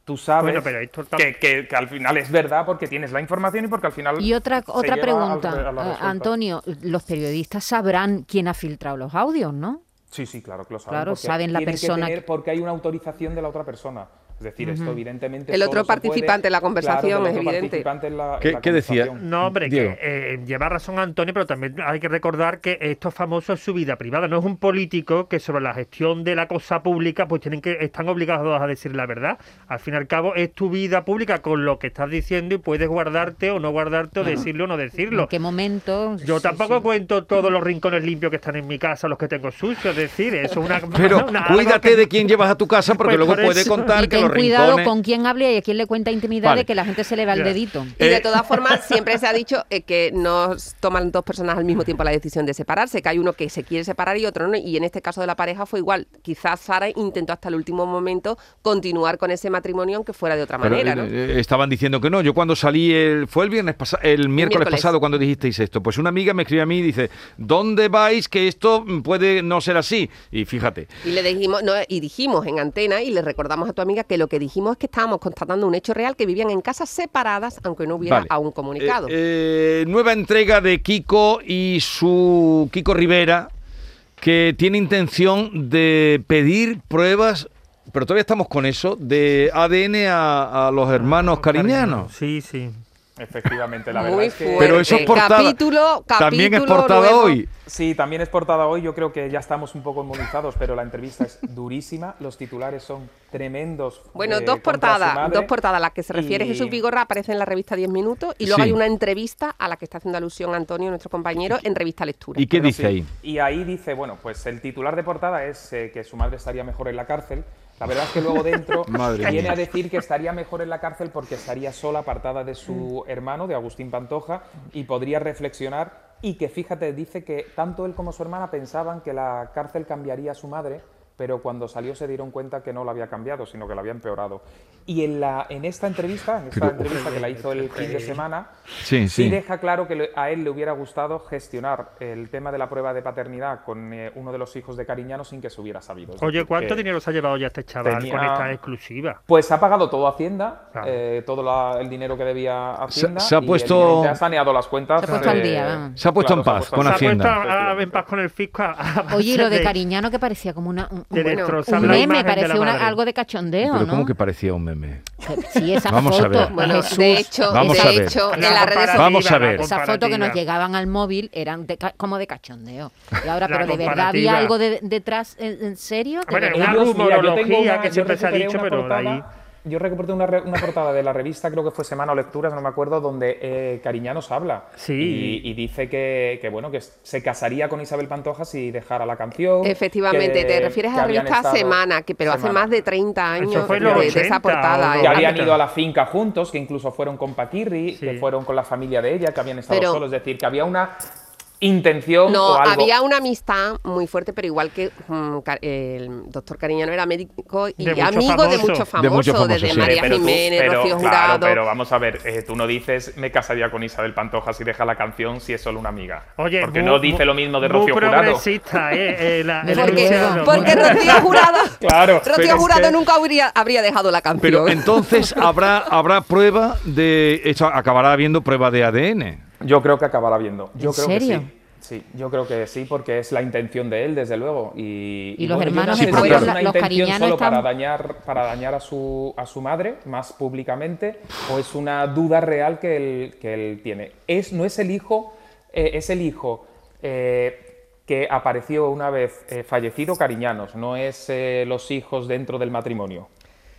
[SPEAKER 9] tú sabes
[SPEAKER 7] Bueno, pero esto tam-
[SPEAKER 9] que, que- que al final es verdad porque tienes la información y porque al final.
[SPEAKER 8] Y otra,
[SPEAKER 9] se
[SPEAKER 8] otra
[SPEAKER 9] lleva
[SPEAKER 8] pregunta,
[SPEAKER 9] a- a la
[SPEAKER 8] eh,
[SPEAKER 9] respuesta.
[SPEAKER 8] Antonio, los periodistas sabrán quién ha filtrado los audios, ¿no?
[SPEAKER 9] Sí, sí, claro que lo saben.
[SPEAKER 8] Claro,
[SPEAKER 9] porque
[SPEAKER 8] saben la
[SPEAKER 9] tienen que
[SPEAKER 8] persona
[SPEAKER 9] tener-
[SPEAKER 8] que-
[SPEAKER 9] porque hay una autorización de la otra persona. Es decir, esto evidentemente.
[SPEAKER 6] El
[SPEAKER 9] solo
[SPEAKER 6] otro
[SPEAKER 9] se puede-
[SPEAKER 6] participante en la conversación,
[SPEAKER 9] Claro, el
[SPEAKER 6] es
[SPEAKER 9] otro
[SPEAKER 6] evidente.
[SPEAKER 9] participante en la- en
[SPEAKER 5] ¿Qué-
[SPEAKER 9] la
[SPEAKER 5] qué decía?
[SPEAKER 9] conversación.
[SPEAKER 7] No, hombre,
[SPEAKER 5] Diego.
[SPEAKER 7] que, eh, lleva razón Antonio, pero también hay que recordar que estos famosos es su vida privada. No es un político que sobre la gestión de la cosa pública, pues tienen que están obligados a decir la verdad. Al fin y al cabo, es tu vida pública con lo que estás diciendo y puedes guardarte o no guardarte, o decirlo o no decirlo.
[SPEAKER 8] ¿En qué momento?
[SPEAKER 7] Yo
[SPEAKER 8] Sí,
[SPEAKER 7] tampoco
[SPEAKER 8] sí.
[SPEAKER 7] cuento todos los rincones limpios que están en mi casa, los que tengo sucios, es decir, eso es una...
[SPEAKER 5] Pero
[SPEAKER 7] una- algo
[SPEAKER 5] cuídate
[SPEAKER 7] que-
[SPEAKER 5] de quién llevas a tu casa porque
[SPEAKER 7] Pues
[SPEAKER 5] luego
[SPEAKER 7] por
[SPEAKER 5] puede
[SPEAKER 7] eso.
[SPEAKER 5] contar que
[SPEAKER 8] Y
[SPEAKER 5] los
[SPEAKER 8] ten cuidado
[SPEAKER 5] rincones...
[SPEAKER 8] con quién habla y a quién le cuenta intimidad
[SPEAKER 5] Vale.
[SPEAKER 8] de que la gente se le va el
[SPEAKER 7] Ya.
[SPEAKER 8] dedito.
[SPEAKER 6] y de
[SPEAKER 5] Eh,
[SPEAKER 6] todas formas, siempre se ha dicho eh, que no s- toman dos personas al mismo tiempo la decisión de separarse, que hay uno que se quiere separar y otro no. Y en este caso de la pareja fue igual. Quizás Sara intentó hasta el último momento continuar con ese matrimonio, aunque fuera de otra
[SPEAKER 5] Pero,
[SPEAKER 6] manera,
[SPEAKER 5] eh,
[SPEAKER 6] ¿no?
[SPEAKER 5] eh, Estaban diciendo que no. Yo cuando salí, el, fue el viernes pasa- el miércoles,
[SPEAKER 6] Miércoles.
[SPEAKER 5] pasado cuando dijisteis esto. Pues una amiga me escribe a mí y dice, ¿dónde vais que esto puede no ser así? Y fíjate,
[SPEAKER 6] Y le dijimos, no, y dijimos en antena y le recordamos a tu amiga que lo que dijimos es que estábamos constatando un hecho real que vivían en casas separadas, aunque no hubiera
[SPEAKER 5] Vale.
[SPEAKER 6] aún comunicado.
[SPEAKER 5] Eh, eh, nueva entrega de Kiko y su Kiko Rivera, que tiene intención de pedir pruebas, pero todavía estamos con eso, de ADN a, a los hermanos cariñanos.
[SPEAKER 7] Sí, sí.
[SPEAKER 9] Efectivamente, la verdad
[SPEAKER 6] Muy
[SPEAKER 9] es que-
[SPEAKER 6] fuerte.
[SPEAKER 5] Pero eso es portada.
[SPEAKER 6] Capítulo,
[SPEAKER 5] también es
[SPEAKER 6] capítulo
[SPEAKER 5] portada
[SPEAKER 6] nuevo.
[SPEAKER 5] hoy.
[SPEAKER 9] Sí, también es portada hoy. Yo creo que ya estamos un poco inmunizados, pero la entrevista es durísima. Los titulares son tremendos.
[SPEAKER 6] Bueno,
[SPEAKER 9] eh,
[SPEAKER 6] dos
[SPEAKER 9] contra su
[SPEAKER 6] portadas,
[SPEAKER 9] madre.
[SPEAKER 6] dos portadas a las que se refiere
[SPEAKER 9] Y-
[SPEAKER 6] Jesús Vigorra aparece en la revista 10 minutos y luego
[SPEAKER 5] Sí.
[SPEAKER 6] hay una entrevista a la que está haciendo alusión Antonio, nuestro compañero, en revista Lectura.
[SPEAKER 5] ¿Y qué
[SPEAKER 9] Pero
[SPEAKER 5] dice
[SPEAKER 9] sí,
[SPEAKER 5] ahí?
[SPEAKER 9] Y ahí dice, bueno, pues el titular de portada es eh, que su madre estaría mejor en la cárcel. La verdad es que luego dentro
[SPEAKER 5] Madre
[SPEAKER 9] viene
[SPEAKER 5] mía.
[SPEAKER 9] a decir que estaría mejor en la cárcel porque estaría sola, apartada de su hermano, de Agustín Pantoja, y podría reflexionar. Y que fíjate, dice que tanto él como su hermana pensaban que la cárcel cambiaría a su madre, pero cuando salió se dieron cuenta que no la había cambiado, sino que la había empeorado. Y en, la, en esta entrevista, en esta entrevista que la hizo el fin de semana,
[SPEAKER 5] Sí,
[SPEAKER 9] sí,
[SPEAKER 5] sí.
[SPEAKER 9] deja claro que le- a él le hubiera gustado gestionar el tema de la prueba de paternidad con eh, uno de los hijos de Cariñano sin que se hubiera sabido. Pues Es
[SPEAKER 7] Oye,
[SPEAKER 9] decir,
[SPEAKER 7] ¿cuánto
[SPEAKER 9] que-
[SPEAKER 7] dinero se ha llevado ya este chaval con
[SPEAKER 9] tenía-
[SPEAKER 7] esta exclusiva?
[SPEAKER 9] Pues ha pagado todo Hacienda,
[SPEAKER 7] Claro.
[SPEAKER 9] eh, todo la- el dinero que debía Hacienda.
[SPEAKER 5] se ha
[SPEAKER 9] y
[SPEAKER 5] puesto-
[SPEAKER 9] evidentemente ha saneado las cuentas. eh,
[SPEAKER 8] Se ha puesto al día, vamos.
[SPEAKER 5] Se ha puesto en
[SPEAKER 9] se ha
[SPEAKER 5] paz
[SPEAKER 9] puesto
[SPEAKER 5] con
[SPEAKER 9] en
[SPEAKER 7] Se ha
[SPEAKER 9] paz.
[SPEAKER 5] Hacienda.
[SPEAKER 7] puesto a- a- en paz con el fisco a- a
[SPEAKER 8] Oye, y lo
[SPEAKER 7] base
[SPEAKER 8] de Cariñano que parecía como una, un,
[SPEAKER 7] de
[SPEAKER 8] un-
[SPEAKER 7] destrozar
[SPEAKER 8] un
[SPEAKER 7] la
[SPEAKER 8] meme,
[SPEAKER 7] imagen de la
[SPEAKER 8] parecía una-
[SPEAKER 7] madre.
[SPEAKER 8] algo de cachondeo,
[SPEAKER 5] Pero
[SPEAKER 8] ¿no?
[SPEAKER 5] ¿cómo que parecía un meme?
[SPEAKER 8] Sí, esa
[SPEAKER 5] Vamos a
[SPEAKER 8] foto,
[SPEAKER 5] ver.
[SPEAKER 6] Bueno,
[SPEAKER 8] Jesús,
[SPEAKER 6] de hecho,
[SPEAKER 5] Vamos a
[SPEAKER 6] de
[SPEAKER 5] ver.
[SPEAKER 6] hecho,
[SPEAKER 7] La
[SPEAKER 6] en las redes
[SPEAKER 7] comparativa,
[SPEAKER 6] sociales
[SPEAKER 5] Vamos a
[SPEAKER 7] la
[SPEAKER 5] ver.
[SPEAKER 8] Esa foto que nos
[SPEAKER 7] comparativa.
[SPEAKER 8] llegaban al móvil eran de ca- como de cachondeo. Y ahora,
[SPEAKER 7] La
[SPEAKER 8] pero de verdad había
[SPEAKER 7] comparativa.
[SPEAKER 8] algo de- detrás, ¿en, en serio? ¿De
[SPEAKER 7] Bueno,
[SPEAKER 8] verdad?
[SPEAKER 7] una
[SPEAKER 9] Ellos, mira, yo
[SPEAKER 7] rumorología
[SPEAKER 9] tengo una-
[SPEAKER 7] que
[SPEAKER 9] yo
[SPEAKER 7] siempre se ha
[SPEAKER 9] recuperé
[SPEAKER 7] dicho,
[SPEAKER 9] una
[SPEAKER 7] pero de ahí.
[SPEAKER 9] portada- Yo recuperé una, re- una portada de la revista, creo que fue Semana o Lecturas, no me acuerdo, donde eh, Cariñanos habla.
[SPEAKER 7] Sí.
[SPEAKER 9] Y, y dice que, que, bueno, que se casaría con Isabel Pantoja si dejara la canción.
[SPEAKER 6] Efectivamente,
[SPEAKER 9] que-
[SPEAKER 6] te refieres a
[SPEAKER 9] que
[SPEAKER 6] la
[SPEAKER 9] habían
[SPEAKER 6] revista
[SPEAKER 9] estado-
[SPEAKER 6] Semana, que pero hace
[SPEAKER 9] Semana.
[SPEAKER 6] más de 30
[SPEAKER 7] Eso
[SPEAKER 6] años
[SPEAKER 7] fue
[SPEAKER 9] en
[SPEAKER 6] de,
[SPEAKER 9] los
[SPEAKER 6] de
[SPEAKER 7] 80
[SPEAKER 6] esa
[SPEAKER 7] o
[SPEAKER 6] portada.
[SPEAKER 7] algo
[SPEAKER 6] ¿eh?
[SPEAKER 9] Que habían
[SPEAKER 7] Antes.
[SPEAKER 9] ido a la finca juntos, que incluso fueron con Paquirri, que
[SPEAKER 7] Sí.
[SPEAKER 9] fueron con la familia de ella, que habían estado
[SPEAKER 6] Pero-
[SPEAKER 9] solos. Es decir, que había una intención
[SPEAKER 6] No,
[SPEAKER 9] o algo.
[SPEAKER 6] había una amistad muy fuerte, pero igual que mm, Ca- el doctor Cariñano era médico y
[SPEAKER 7] De muchos
[SPEAKER 6] amigo de
[SPEAKER 7] famosos.
[SPEAKER 6] muchos
[SPEAKER 5] De muchos
[SPEAKER 6] famosos, desde
[SPEAKER 5] famosos, sí.
[SPEAKER 6] María
[SPEAKER 9] Pero tú-
[SPEAKER 6] Jiménez,
[SPEAKER 9] pero,
[SPEAKER 6] Rocío
[SPEAKER 9] claro,
[SPEAKER 6] Jurado.
[SPEAKER 9] pero vamos a ver, eh, tú no dices me casaría con Isabel Pantoja si deja la canción si es solo una amiga.
[SPEAKER 7] Oye,
[SPEAKER 9] porque
[SPEAKER 7] muy-
[SPEAKER 9] no dice lo mismo de
[SPEAKER 7] muy
[SPEAKER 9] Rocío Jurado.
[SPEAKER 7] progresista, eh, eh, la- el
[SPEAKER 6] Porque,
[SPEAKER 7] Luciano.
[SPEAKER 6] porque Rocío Jurado,
[SPEAKER 9] Claro, pero es
[SPEAKER 6] Rocío Jurado
[SPEAKER 9] que-
[SPEAKER 6] nunca habría, habría dejado la canción.
[SPEAKER 5] Pero entonces habrá, habrá prueba de... Eso acabará habiendo prueba de ADN.
[SPEAKER 9] Yo creo que acabará viendo. Yo
[SPEAKER 8] ¿En
[SPEAKER 9] creo
[SPEAKER 8] serio?
[SPEAKER 9] que sí. Sí, yo creo que sí, porque es la intención de él, desde luego. Y,
[SPEAKER 8] Y los
[SPEAKER 9] bueno, yo
[SPEAKER 8] hermanos
[SPEAKER 9] no
[SPEAKER 5] de
[SPEAKER 9] sé si
[SPEAKER 5] Fuego,
[SPEAKER 9] es una
[SPEAKER 8] los
[SPEAKER 9] intención
[SPEAKER 8] cariñanos
[SPEAKER 9] solo para
[SPEAKER 8] están-
[SPEAKER 9] dañar, para dañar a su a su madre más públicamente, o es una duda real que él, que él tiene. Es no es el hijo, eh, es el hijo eh, que apareció una vez eh, fallecido, cariñanos. No es eh, los hijos dentro del matrimonio.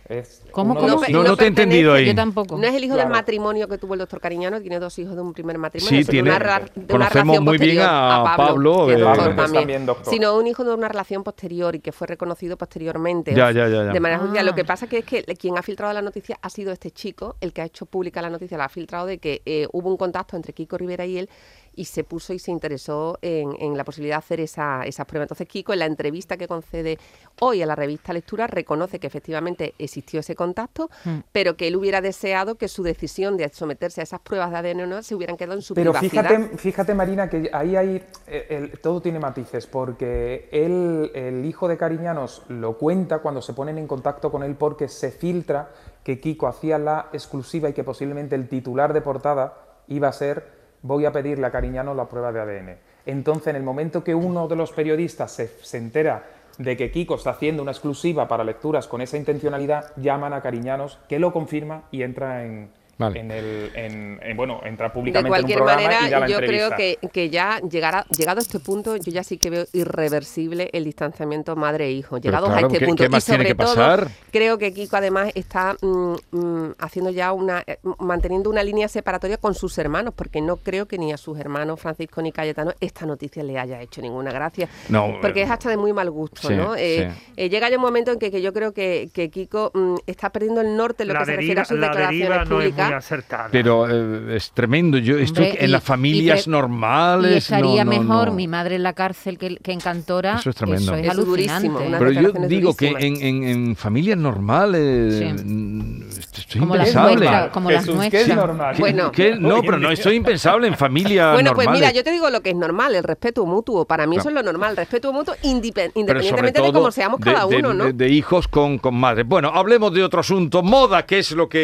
[SPEAKER 9] Es
[SPEAKER 8] ¿Cómo,
[SPEAKER 9] uno de
[SPEAKER 8] cómo?
[SPEAKER 9] los
[SPEAKER 6] pe-
[SPEAKER 5] No,
[SPEAKER 9] hijos.
[SPEAKER 5] no te he
[SPEAKER 6] pertenece-
[SPEAKER 5] entendido ahí.
[SPEAKER 8] Yo tampoco.
[SPEAKER 6] No es el hijo
[SPEAKER 9] Claro.
[SPEAKER 6] del matrimonio que tuvo el doctor Cariñano, tiene dos hijos de un primer matrimonio.
[SPEAKER 5] Sí,
[SPEAKER 6] o sea, de
[SPEAKER 5] tiene-
[SPEAKER 6] una ra- de una
[SPEAKER 5] conocemos
[SPEAKER 6] relación
[SPEAKER 5] muy bien
[SPEAKER 6] posterior
[SPEAKER 5] a Pablo,
[SPEAKER 6] que es
[SPEAKER 5] eh,
[SPEAKER 6] doctor
[SPEAKER 5] Pablo, que
[SPEAKER 9] es también doctor.
[SPEAKER 6] Sino un hijo de una relación posterior y que fue reconocido posteriormente.
[SPEAKER 5] Ya, ya, ya, ya.
[SPEAKER 6] De manera judicial.
[SPEAKER 8] Ah.
[SPEAKER 6] Lo que pasa que es que le- quien ha filtrado la noticia ha sido este chico, el que ha hecho pública la noticia, la ha filtrado de que eh, hubo un contacto entre Kiko Rivera y él y se puso y se interesó en, en la posibilidad de hacer esa, esas pruebas. Entonces, Kiko, en la entrevista que concede hoy a la revista Lectura, reconoce que efectivamente existió ese contacto,
[SPEAKER 9] Hmm.
[SPEAKER 6] pero que él hubiera deseado que su decisión de someterse a esas pruebas de ADN o no se hubieran quedado en su
[SPEAKER 9] Pero
[SPEAKER 6] privacidad.
[SPEAKER 9] fíjate, fíjate, Marina, que ahí hay. eh, el- todo tiene matices, porque él, el hijo de Cariñanos lo cuenta cuando se ponen en contacto con él, porque se filtra que Kiko hacía la exclusiva y que posiblemente el titular de portada iba a ser. Voy a pedirle a Cariñanos la prueba de ADN. Entonces, en el momento que uno de los periodistas se, se entera de que Kiko está haciendo una exclusiva para lecturas con esa intencionalidad, llaman a Cariñanos, que lo confirma y entra en.
[SPEAKER 5] Vale.
[SPEAKER 9] en el- en- en- bueno, entra públicamente
[SPEAKER 6] De cualquier manera, yo creo
[SPEAKER 9] que
[SPEAKER 6] que, que ya llegará, llegado a este punto, yo ya sí que veo irreversible el distanciamiento madre e hijo. Llegados
[SPEAKER 5] claro,
[SPEAKER 6] a este
[SPEAKER 5] ¿qué-
[SPEAKER 6] punto.
[SPEAKER 5] qué más
[SPEAKER 6] y
[SPEAKER 5] tiene
[SPEAKER 6] sobre
[SPEAKER 5] que
[SPEAKER 6] todo,
[SPEAKER 5] pasar?
[SPEAKER 6] creo que Kiko además está mm, mm, haciendo ya una. eh, manteniendo una línea separatoria con sus hermanos, porque no creo que ni a sus hermanos Francisco ni Cayetano esta noticia le haya hecho ninguna gracia.
[SPEAKER 5] No,
[SPEAKER 6] porque
[SPEAKER 5] eh,
[SPEAKER 6] es hasta de muy mal gusto,
[SPEAKER 5] sí,
[SPEAKER 6] ¿no? Eh,
[SPEAKER 5] sí.
[SPEAKER 6] eh, llega ya un momento en que, que yo creo que, que Kiko mm, está perdiendo el norte en lo
[SPEAKER 7] la
[SPEAKER 6] que se
[SPEAKER 7] deriva,
[SPEAKER 6] refiere a
[SPEAKER 7] la
[SPEAKER 6] sus declaraciones
[SPEAKER 7] deriva no es
[SPEAKER 6] públicas.
[SPEAKER 7] muy acertada.
[SPEAKER 5] Pero eh, es tremendo. Yo, esto
[SPEAKER 8] Hombre,
[SPEAKER 5] en
[SPEAKER 8] y-
[SPEAKER 5] las
[SPEAKER 8] y
[SPEAKER 5] familias
[SPEAKER 8] pre-
[SPEAKER 5] normales.
[SPEAKER 8] Y
[SPEAKER 5] no,
[SPEAKER 8] estaría
[SPEAKER 5] no,
[SPEAKER 8] mejor
[SPEAKER 5] no.
[SPEAKER 8] mi madre en la cárcel que, que en Cantora.
[SPEAKER 5] Eso es tremendo.
[SPEAKER 8] Eso es,
[SPEAKER 6] Es
[SPEAKER 8] alucinante.
[SPEAKER 6] durísimo, una-
[SPEAKER 5] Pero yo
[SPEAKER 6] declaraciones
[SPEAKER 5] digo que en,
[SPEAKER 6] durísimas.
[SPEAKER 5] en- en familias normales.
[SPEAKER 8] Sí.
[SPEAKER 5] mm, Esto esto es
[SPEAKER 8] Como las
[SPEAKER 5] impensable.
[SPEAKER 8] nuestras, como las
[SPEAKER 9] Jesús, ¿qué es
[SPEAKER 8] nuestras.
[SPEAKER 9] normal?
[SPEAKER 5] ¿Qué-
[SPEAKER 6] Bueno.
[SPEAKER 5] qué? no, pero no, esto es impensable en familias
[SPEAKER 6] Bueno, pues
[SPEAKER 5] normales.
[SPEAKER 6] mira, yo te digo lo que es normal, el respeto mutuo. Para mí eso es
[SPEAKER 5] Claro.
[SPEAKER 6] lo normal, el respeto mutuo indipe-
[SPEAKER 5] pero sobre
[SPEAKER 6] independientemente
[SPEAKER 5] todo
[SPEAKER 6] de cómo seamos
[SPEAKER 5] de-
[SPEAKER 6] cada
[SPEAKER 5] de-
[SPEAKER 6] uno, ¿no?
[SPEAKER 5] de, de hijos con, con madres. Bueno, hablemos de otro asunto, moda, que es lo que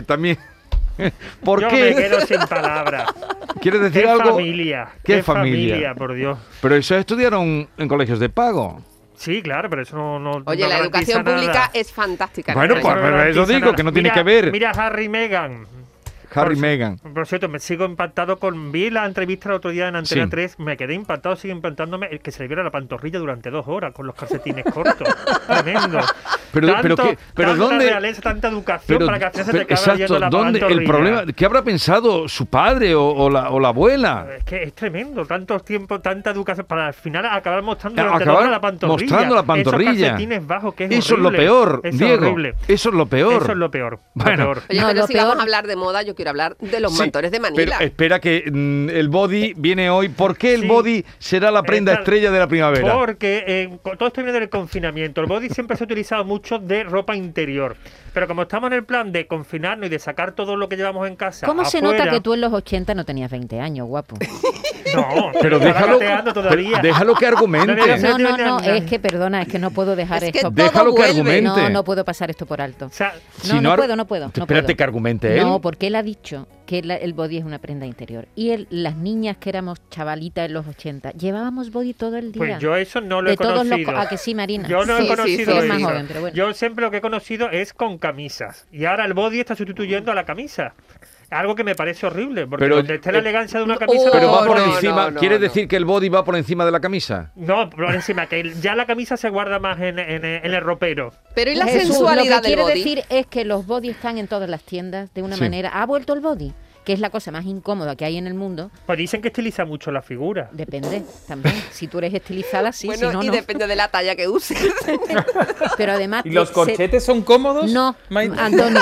[SPEAKER 5] eh, también... ¿Por
[SPEAKER 7] yo
[SPEAKER 5] qué?
[SPEAKER 7] me quedo sin palabras.
[SPEAKER 5] ¿Quieres decir
[SPEAKER 7] ¿Qué
[SPEAKER 5] algo?
[SPEAKER 7] familia?
[SPEAKER 5] ¿Qué,
[SPEAKER 7] familia?
[SPEAKER 5] familia?
[SPEAKER 7] Por Dios.
[SPEAKER 5] Pero eso estudiaron en colegios de pago.
[SPEAKER 7] Sí, claro, pero eso no. no
[SPEAKER 6] Oye,
[SPEAKER 7] no
[SPEAKER 6] la
[SPEAKER 7] garantiza
[SPEAKER 6] educación
[SPEAKER 7] nada.
[SPEAKER 6] pública es fantástica.
[SPEAKER 5] Bueno,
[SPEAKER 6] Carmen.
[SPEAKER 5] pues,
[SPEAKER 7] no
[SPEAKER 5] pero
[SPEAKER 7] garantiza
[SPEAKER 5] eso digo, que no tiene
[SPEAKER 7] Mira-
[SPEAKER 5] que ver.
[SPEAKER 7] Mira Harry y Meghan.
[SPEAKER 5] Harry
[SPEAKER 7] Por-
[SPEAKER 5] Meghan.
[SPEAKER 7] Por cierto, me sigo impactado con. Vi la entrevista el otro día en Antena
[SPEAKER 5] Sí.
[SPEAKER 7] 3, me quedé impactado, sigue impactándome el que se le viera la pantorrilla durante dos horas con los calcetines cortos. Tremendo.
[SPEAKER 5] Pero-
[SPEAKER 7] Tanto-
[SPEAKER 5] pero qué- pero
[SPEAKER 7] tanta
[SPEAKER 5] ¿dónde-
[SPEAKER 7] realeza, tanta educación para que este al final se te acabe yendo la
[SPEAKER 5] ¿dónde el
[SPEAKER 7] pantorrilla.
[SPEAKER 5] problema? ¿Qué habrá pensado su padre o, o la, o la abuela?
[SPEAKER 7] Es que es tremendo, tantos tiempos, tanta educación, para al final acabar mostrando
[SPEAKER 5] Acabar
[SPEAKER 7] durante dos horas la pantorrilla.
[SPEAKER 5] mostrando la pantorrilla.
[SPEAKER 7] Esos calcetines bajos, que es
[SPEAKER 5] Eso es lo
[SPEAKER 7] horrible.
[SPEAKER 5] peor,
[SPEAKER 7] Eso
[SPEAKER 5] Diego.
[SPEAKER 7] Es horrible.
[SPEAKER 5] Eso es lo peor.
[SPEAKER 7] Eso es lo peor. lo
[SPEAKER 5] Bueno.
[SPEAKER 7] peor.
[SPEAKER 6] Oye,
[SPEAKER 8] No,
[SPEAKER 6] pero
[SPEAKER 8] lo
[SPEAKER 6] si vamos
[SPEAKER 8] peor-
[SPEAKER 6] a hablar de moda, yo quiero hablar de los
[SPEAKER 5] Sí,
[SPEAKER 6] mantores de Manila.
[SPEAKER 5] Pero espera que mm, el body viene hoy. ¿Por qué el
[SPEAKER 7] Sí.
[SPEAKER 5] body será la prenda
[SPEAKER 7] Esta-
[SPEAKER 5] estrella de la primavera?
[SPEAKER 7] Porque eh, co- todo esto viene del confinamiento. El body siempre se ha utilizado mucho de ropa interior. Pero como estamos en el plan de confinarnos y de sacar todo lo que llevamos en casa.
[SPEAKER 8] ¿Cómo se
[SPEAKER 7] afuera-
[SPEAKER 8] nota que tú en los 80 no tenías 20 años, guapo?
[SPEAKER 7] No,
[SPEAKER 5] Pero
[SPEAKER 7] está
[SPEAKER 5] déjalo,
[SPEAKER 7] gateando
[SPEAKER 5] pero
[SPEAKER 7] todavía.
[SPEAKER 5] déjalo que
[SPEAKER 7] No le
[SPEAKER 5] argumente.
[SPEAKER 7] hagas-
[SPEAKER 8] No, no, no,
[SPEAKER 7] tiene-
[SPEAKER 8] es que perdona, es que no puedo dejar
[SPEAKER 6] Es que
[SPEAKER 8] esto.
[SPEAKER 6] todo
[SPEAKER 5] Déjalo que
[SPEAKER 6] vuelve.
[SPEAKER 5] argumente.
[SPEAKER 8] No, no puedo pasar esto por alto.
[SPEAKER 7] O sea,
[SPEAKER 5] Si
[SPEAKER 8] No, no
[SPEAKER 5] ar-
[SPEAKER 8] puedo, no puedo, no
[SPEAKER 5] Espérate
[SPEAKER 8] puedo.
[SPEAKER 5] que argumente él.
[SPEAKER 8] No, porque él ha dicho que la- el body es una prenda interior. Y él, las niñas que éramos chavalitas en los 80, llevábamos body todo el día.
[SPEAKER 7] Pues yo eso no lo
[SPEAKER 8] de
[SPEAKER 7] he
[SPEAKER 8] todos los
[SPEAKER 7] conocido.
[SPEAKER 8] co- ¿A que sí, Marina?
[SPEAKER 7] Yo no
[SPEAKER 6] Sí,
[SPEAKER 7] he
[SPEAKER 6] sí,
[SPEAKER 7] conocido
[SPEAKER 6] sí,
[SPEAKER 8] eres más
[SPEAKER 7] eso.
[SPEAKER 8] joven, pero bueno.
[SPEAKER 7] Yo siempre lo que he conocido es con camisas. Y ahora el body está sustituyendo a la camisa. Algo que me parece horrible, porque
[SPEAKER 5] Pero-
[SPEAKER 7] donde esté la
[SPEAKER 5] eh,
[SPEAKER 7] elegancia de una camisa...
[SPEAKER 6] oh,
[SPEAKER 5] Pero va
[SPEAKER 6] No,
[SPEAKER 5] por
[SPEAKER 6] no,
[SPEAKER 5] encima.
[SPEAKER 6] no, no,
[SPEAKER 5] ¿Quieres
[SPEAKER 6] no.
[SPEAKER 5] decir que el body va por encima de la camisa?
[SPEAKER 7] No, por encima, que ya la camisa se guarda más en, en- en el ropero.
[SPEAKER 6] Pero ¿y la
[SPEAKER 8] Jesús,
[SPEAKER 6] sensualidad
[SPEAKER 8] Lo
[SPEAKER 6] del
[SPEAKER 8] que quiero
[SPEAKER 6] body?
[SPEAKER 8] decir es que los body están en todas las tiendas de una
[SPEAKER 5] Sí.
[SPEAKER 8] manera. Ha vuelto el body, que es la cosa más incómoda que hay en el mundo.
[SPEAKER 7] Pues dicen que estiliza mucho la figura.
[SPEAKER 8] Depende también. Si tú eres estilizada, sí,
[SPEAKER 6] bueno,
[SPEAKER 8] si no,
[SPEAKER 6] y
[SPEAKER 8] no.
[SPEAKER 6] depende de la talla que uses.
[SPEAKER 8] Pero además.
[SPEAKER 9] ¿Y los
[SPEAKER 8] se-
[SPEAKER 9] corchetes son cómodos?
[SPEAKER 8] No,
[SPEAKER 9] Maite?
[SPEAKER 8] Antonio.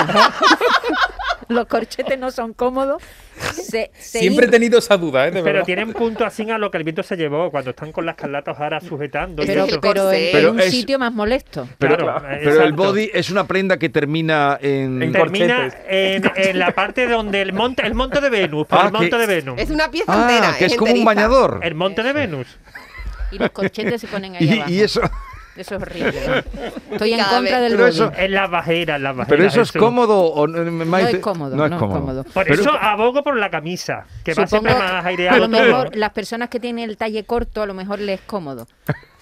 [SPEAKER 8] los corchetes no son cómodos. Se- se
[SPEAKER 9] Siempre he
[SPEAKER 8] ir-
[SPEAKER 9] tenido esa duda, ¿eh? De
[SPEAKER 7] Pero
[SPEAKER 9] verdad.
[SPEAKER 7] tienen punto así a lo que el viento se llevó cuando están con las carlatas ahora sujetando. y
[SPEAKER 8] Pero,
[SPEAKER 7] eso.
[SPEAKER 8] pero en,
[SPEAKER 5] Pero
[SPEAKER 8] un
[SPEAKER 5] es-
[SPEAKER 8] sitio más molesto.
[SPEAKER 5] Pero,
[SPEAKER 7] Claro,
[SPEAKER 5] pero el
[SPEAKER 7] exacto.
[SPEAKER 5] body es una prenda que termina en.
[SPEAKER 9] En
[SPEAKER 7] Termina
[SPEAKER 9] corchetes.
[SPEAKER 7] en, en la parte donde el monte, el monte de Venus, por
[SPEAKER 5] Ah,
[SPEAKER 7] el monte
[SPEAKER 5] que-
[SPEAKER 7] de Venus.
[SPEAKER 6] es una pieza
[SPEAKER 5] Ah,
[SPEAKER 6] entera.
[SPEAKER 5] que es como un
[SPEAKER 6] enteriza.
[SPEAKER 5] bañador.
[SPEAKER 7] El monte de Venus.
[SPEAKER 8] Y los corchetes se ponen ahí
[SPEAKER 5] Y,
[SPEAKER 8] abajo.
[SPEAKER 5] y eso,
[SPEAKER 8] Eso es horrible. ¿no? Estoy en
[SPEAKER 6] Cada
[SPEAKER 8] contra
[SPEAKER 6] vez-
[SPEAKER 8] del
[SPEAKER 5] Pero
[SPEAKER 8] body.
[SPEAKER 5] eso-
[SPEAKER 7] En las bajeras, en las bajeras.
[SPEAKER 5] pero eso es
[SPEAKER 7] Jesús.
[SPEAKER 5] cómodo o no,
[SPEAKER 8] No
[SPEAKER 5] Maite?
[SPEAKER 8] es cómodo.
[SPEAKER 5] No es cómodo.
[SPEAKER 7] Por
[SPEAKER 5] Pero-
[SPEAKER 7] eso abogo por la camisa, que va
[SPEAKER 8] Supongo-
[SPEAKER 7] siempre más aireado.
[SPEAKER 8] a lo
[SPEAKER 7] todo.
[SPEAKER 8] mejor las personas que tienen el talle corto a lo mejor les es cómodo.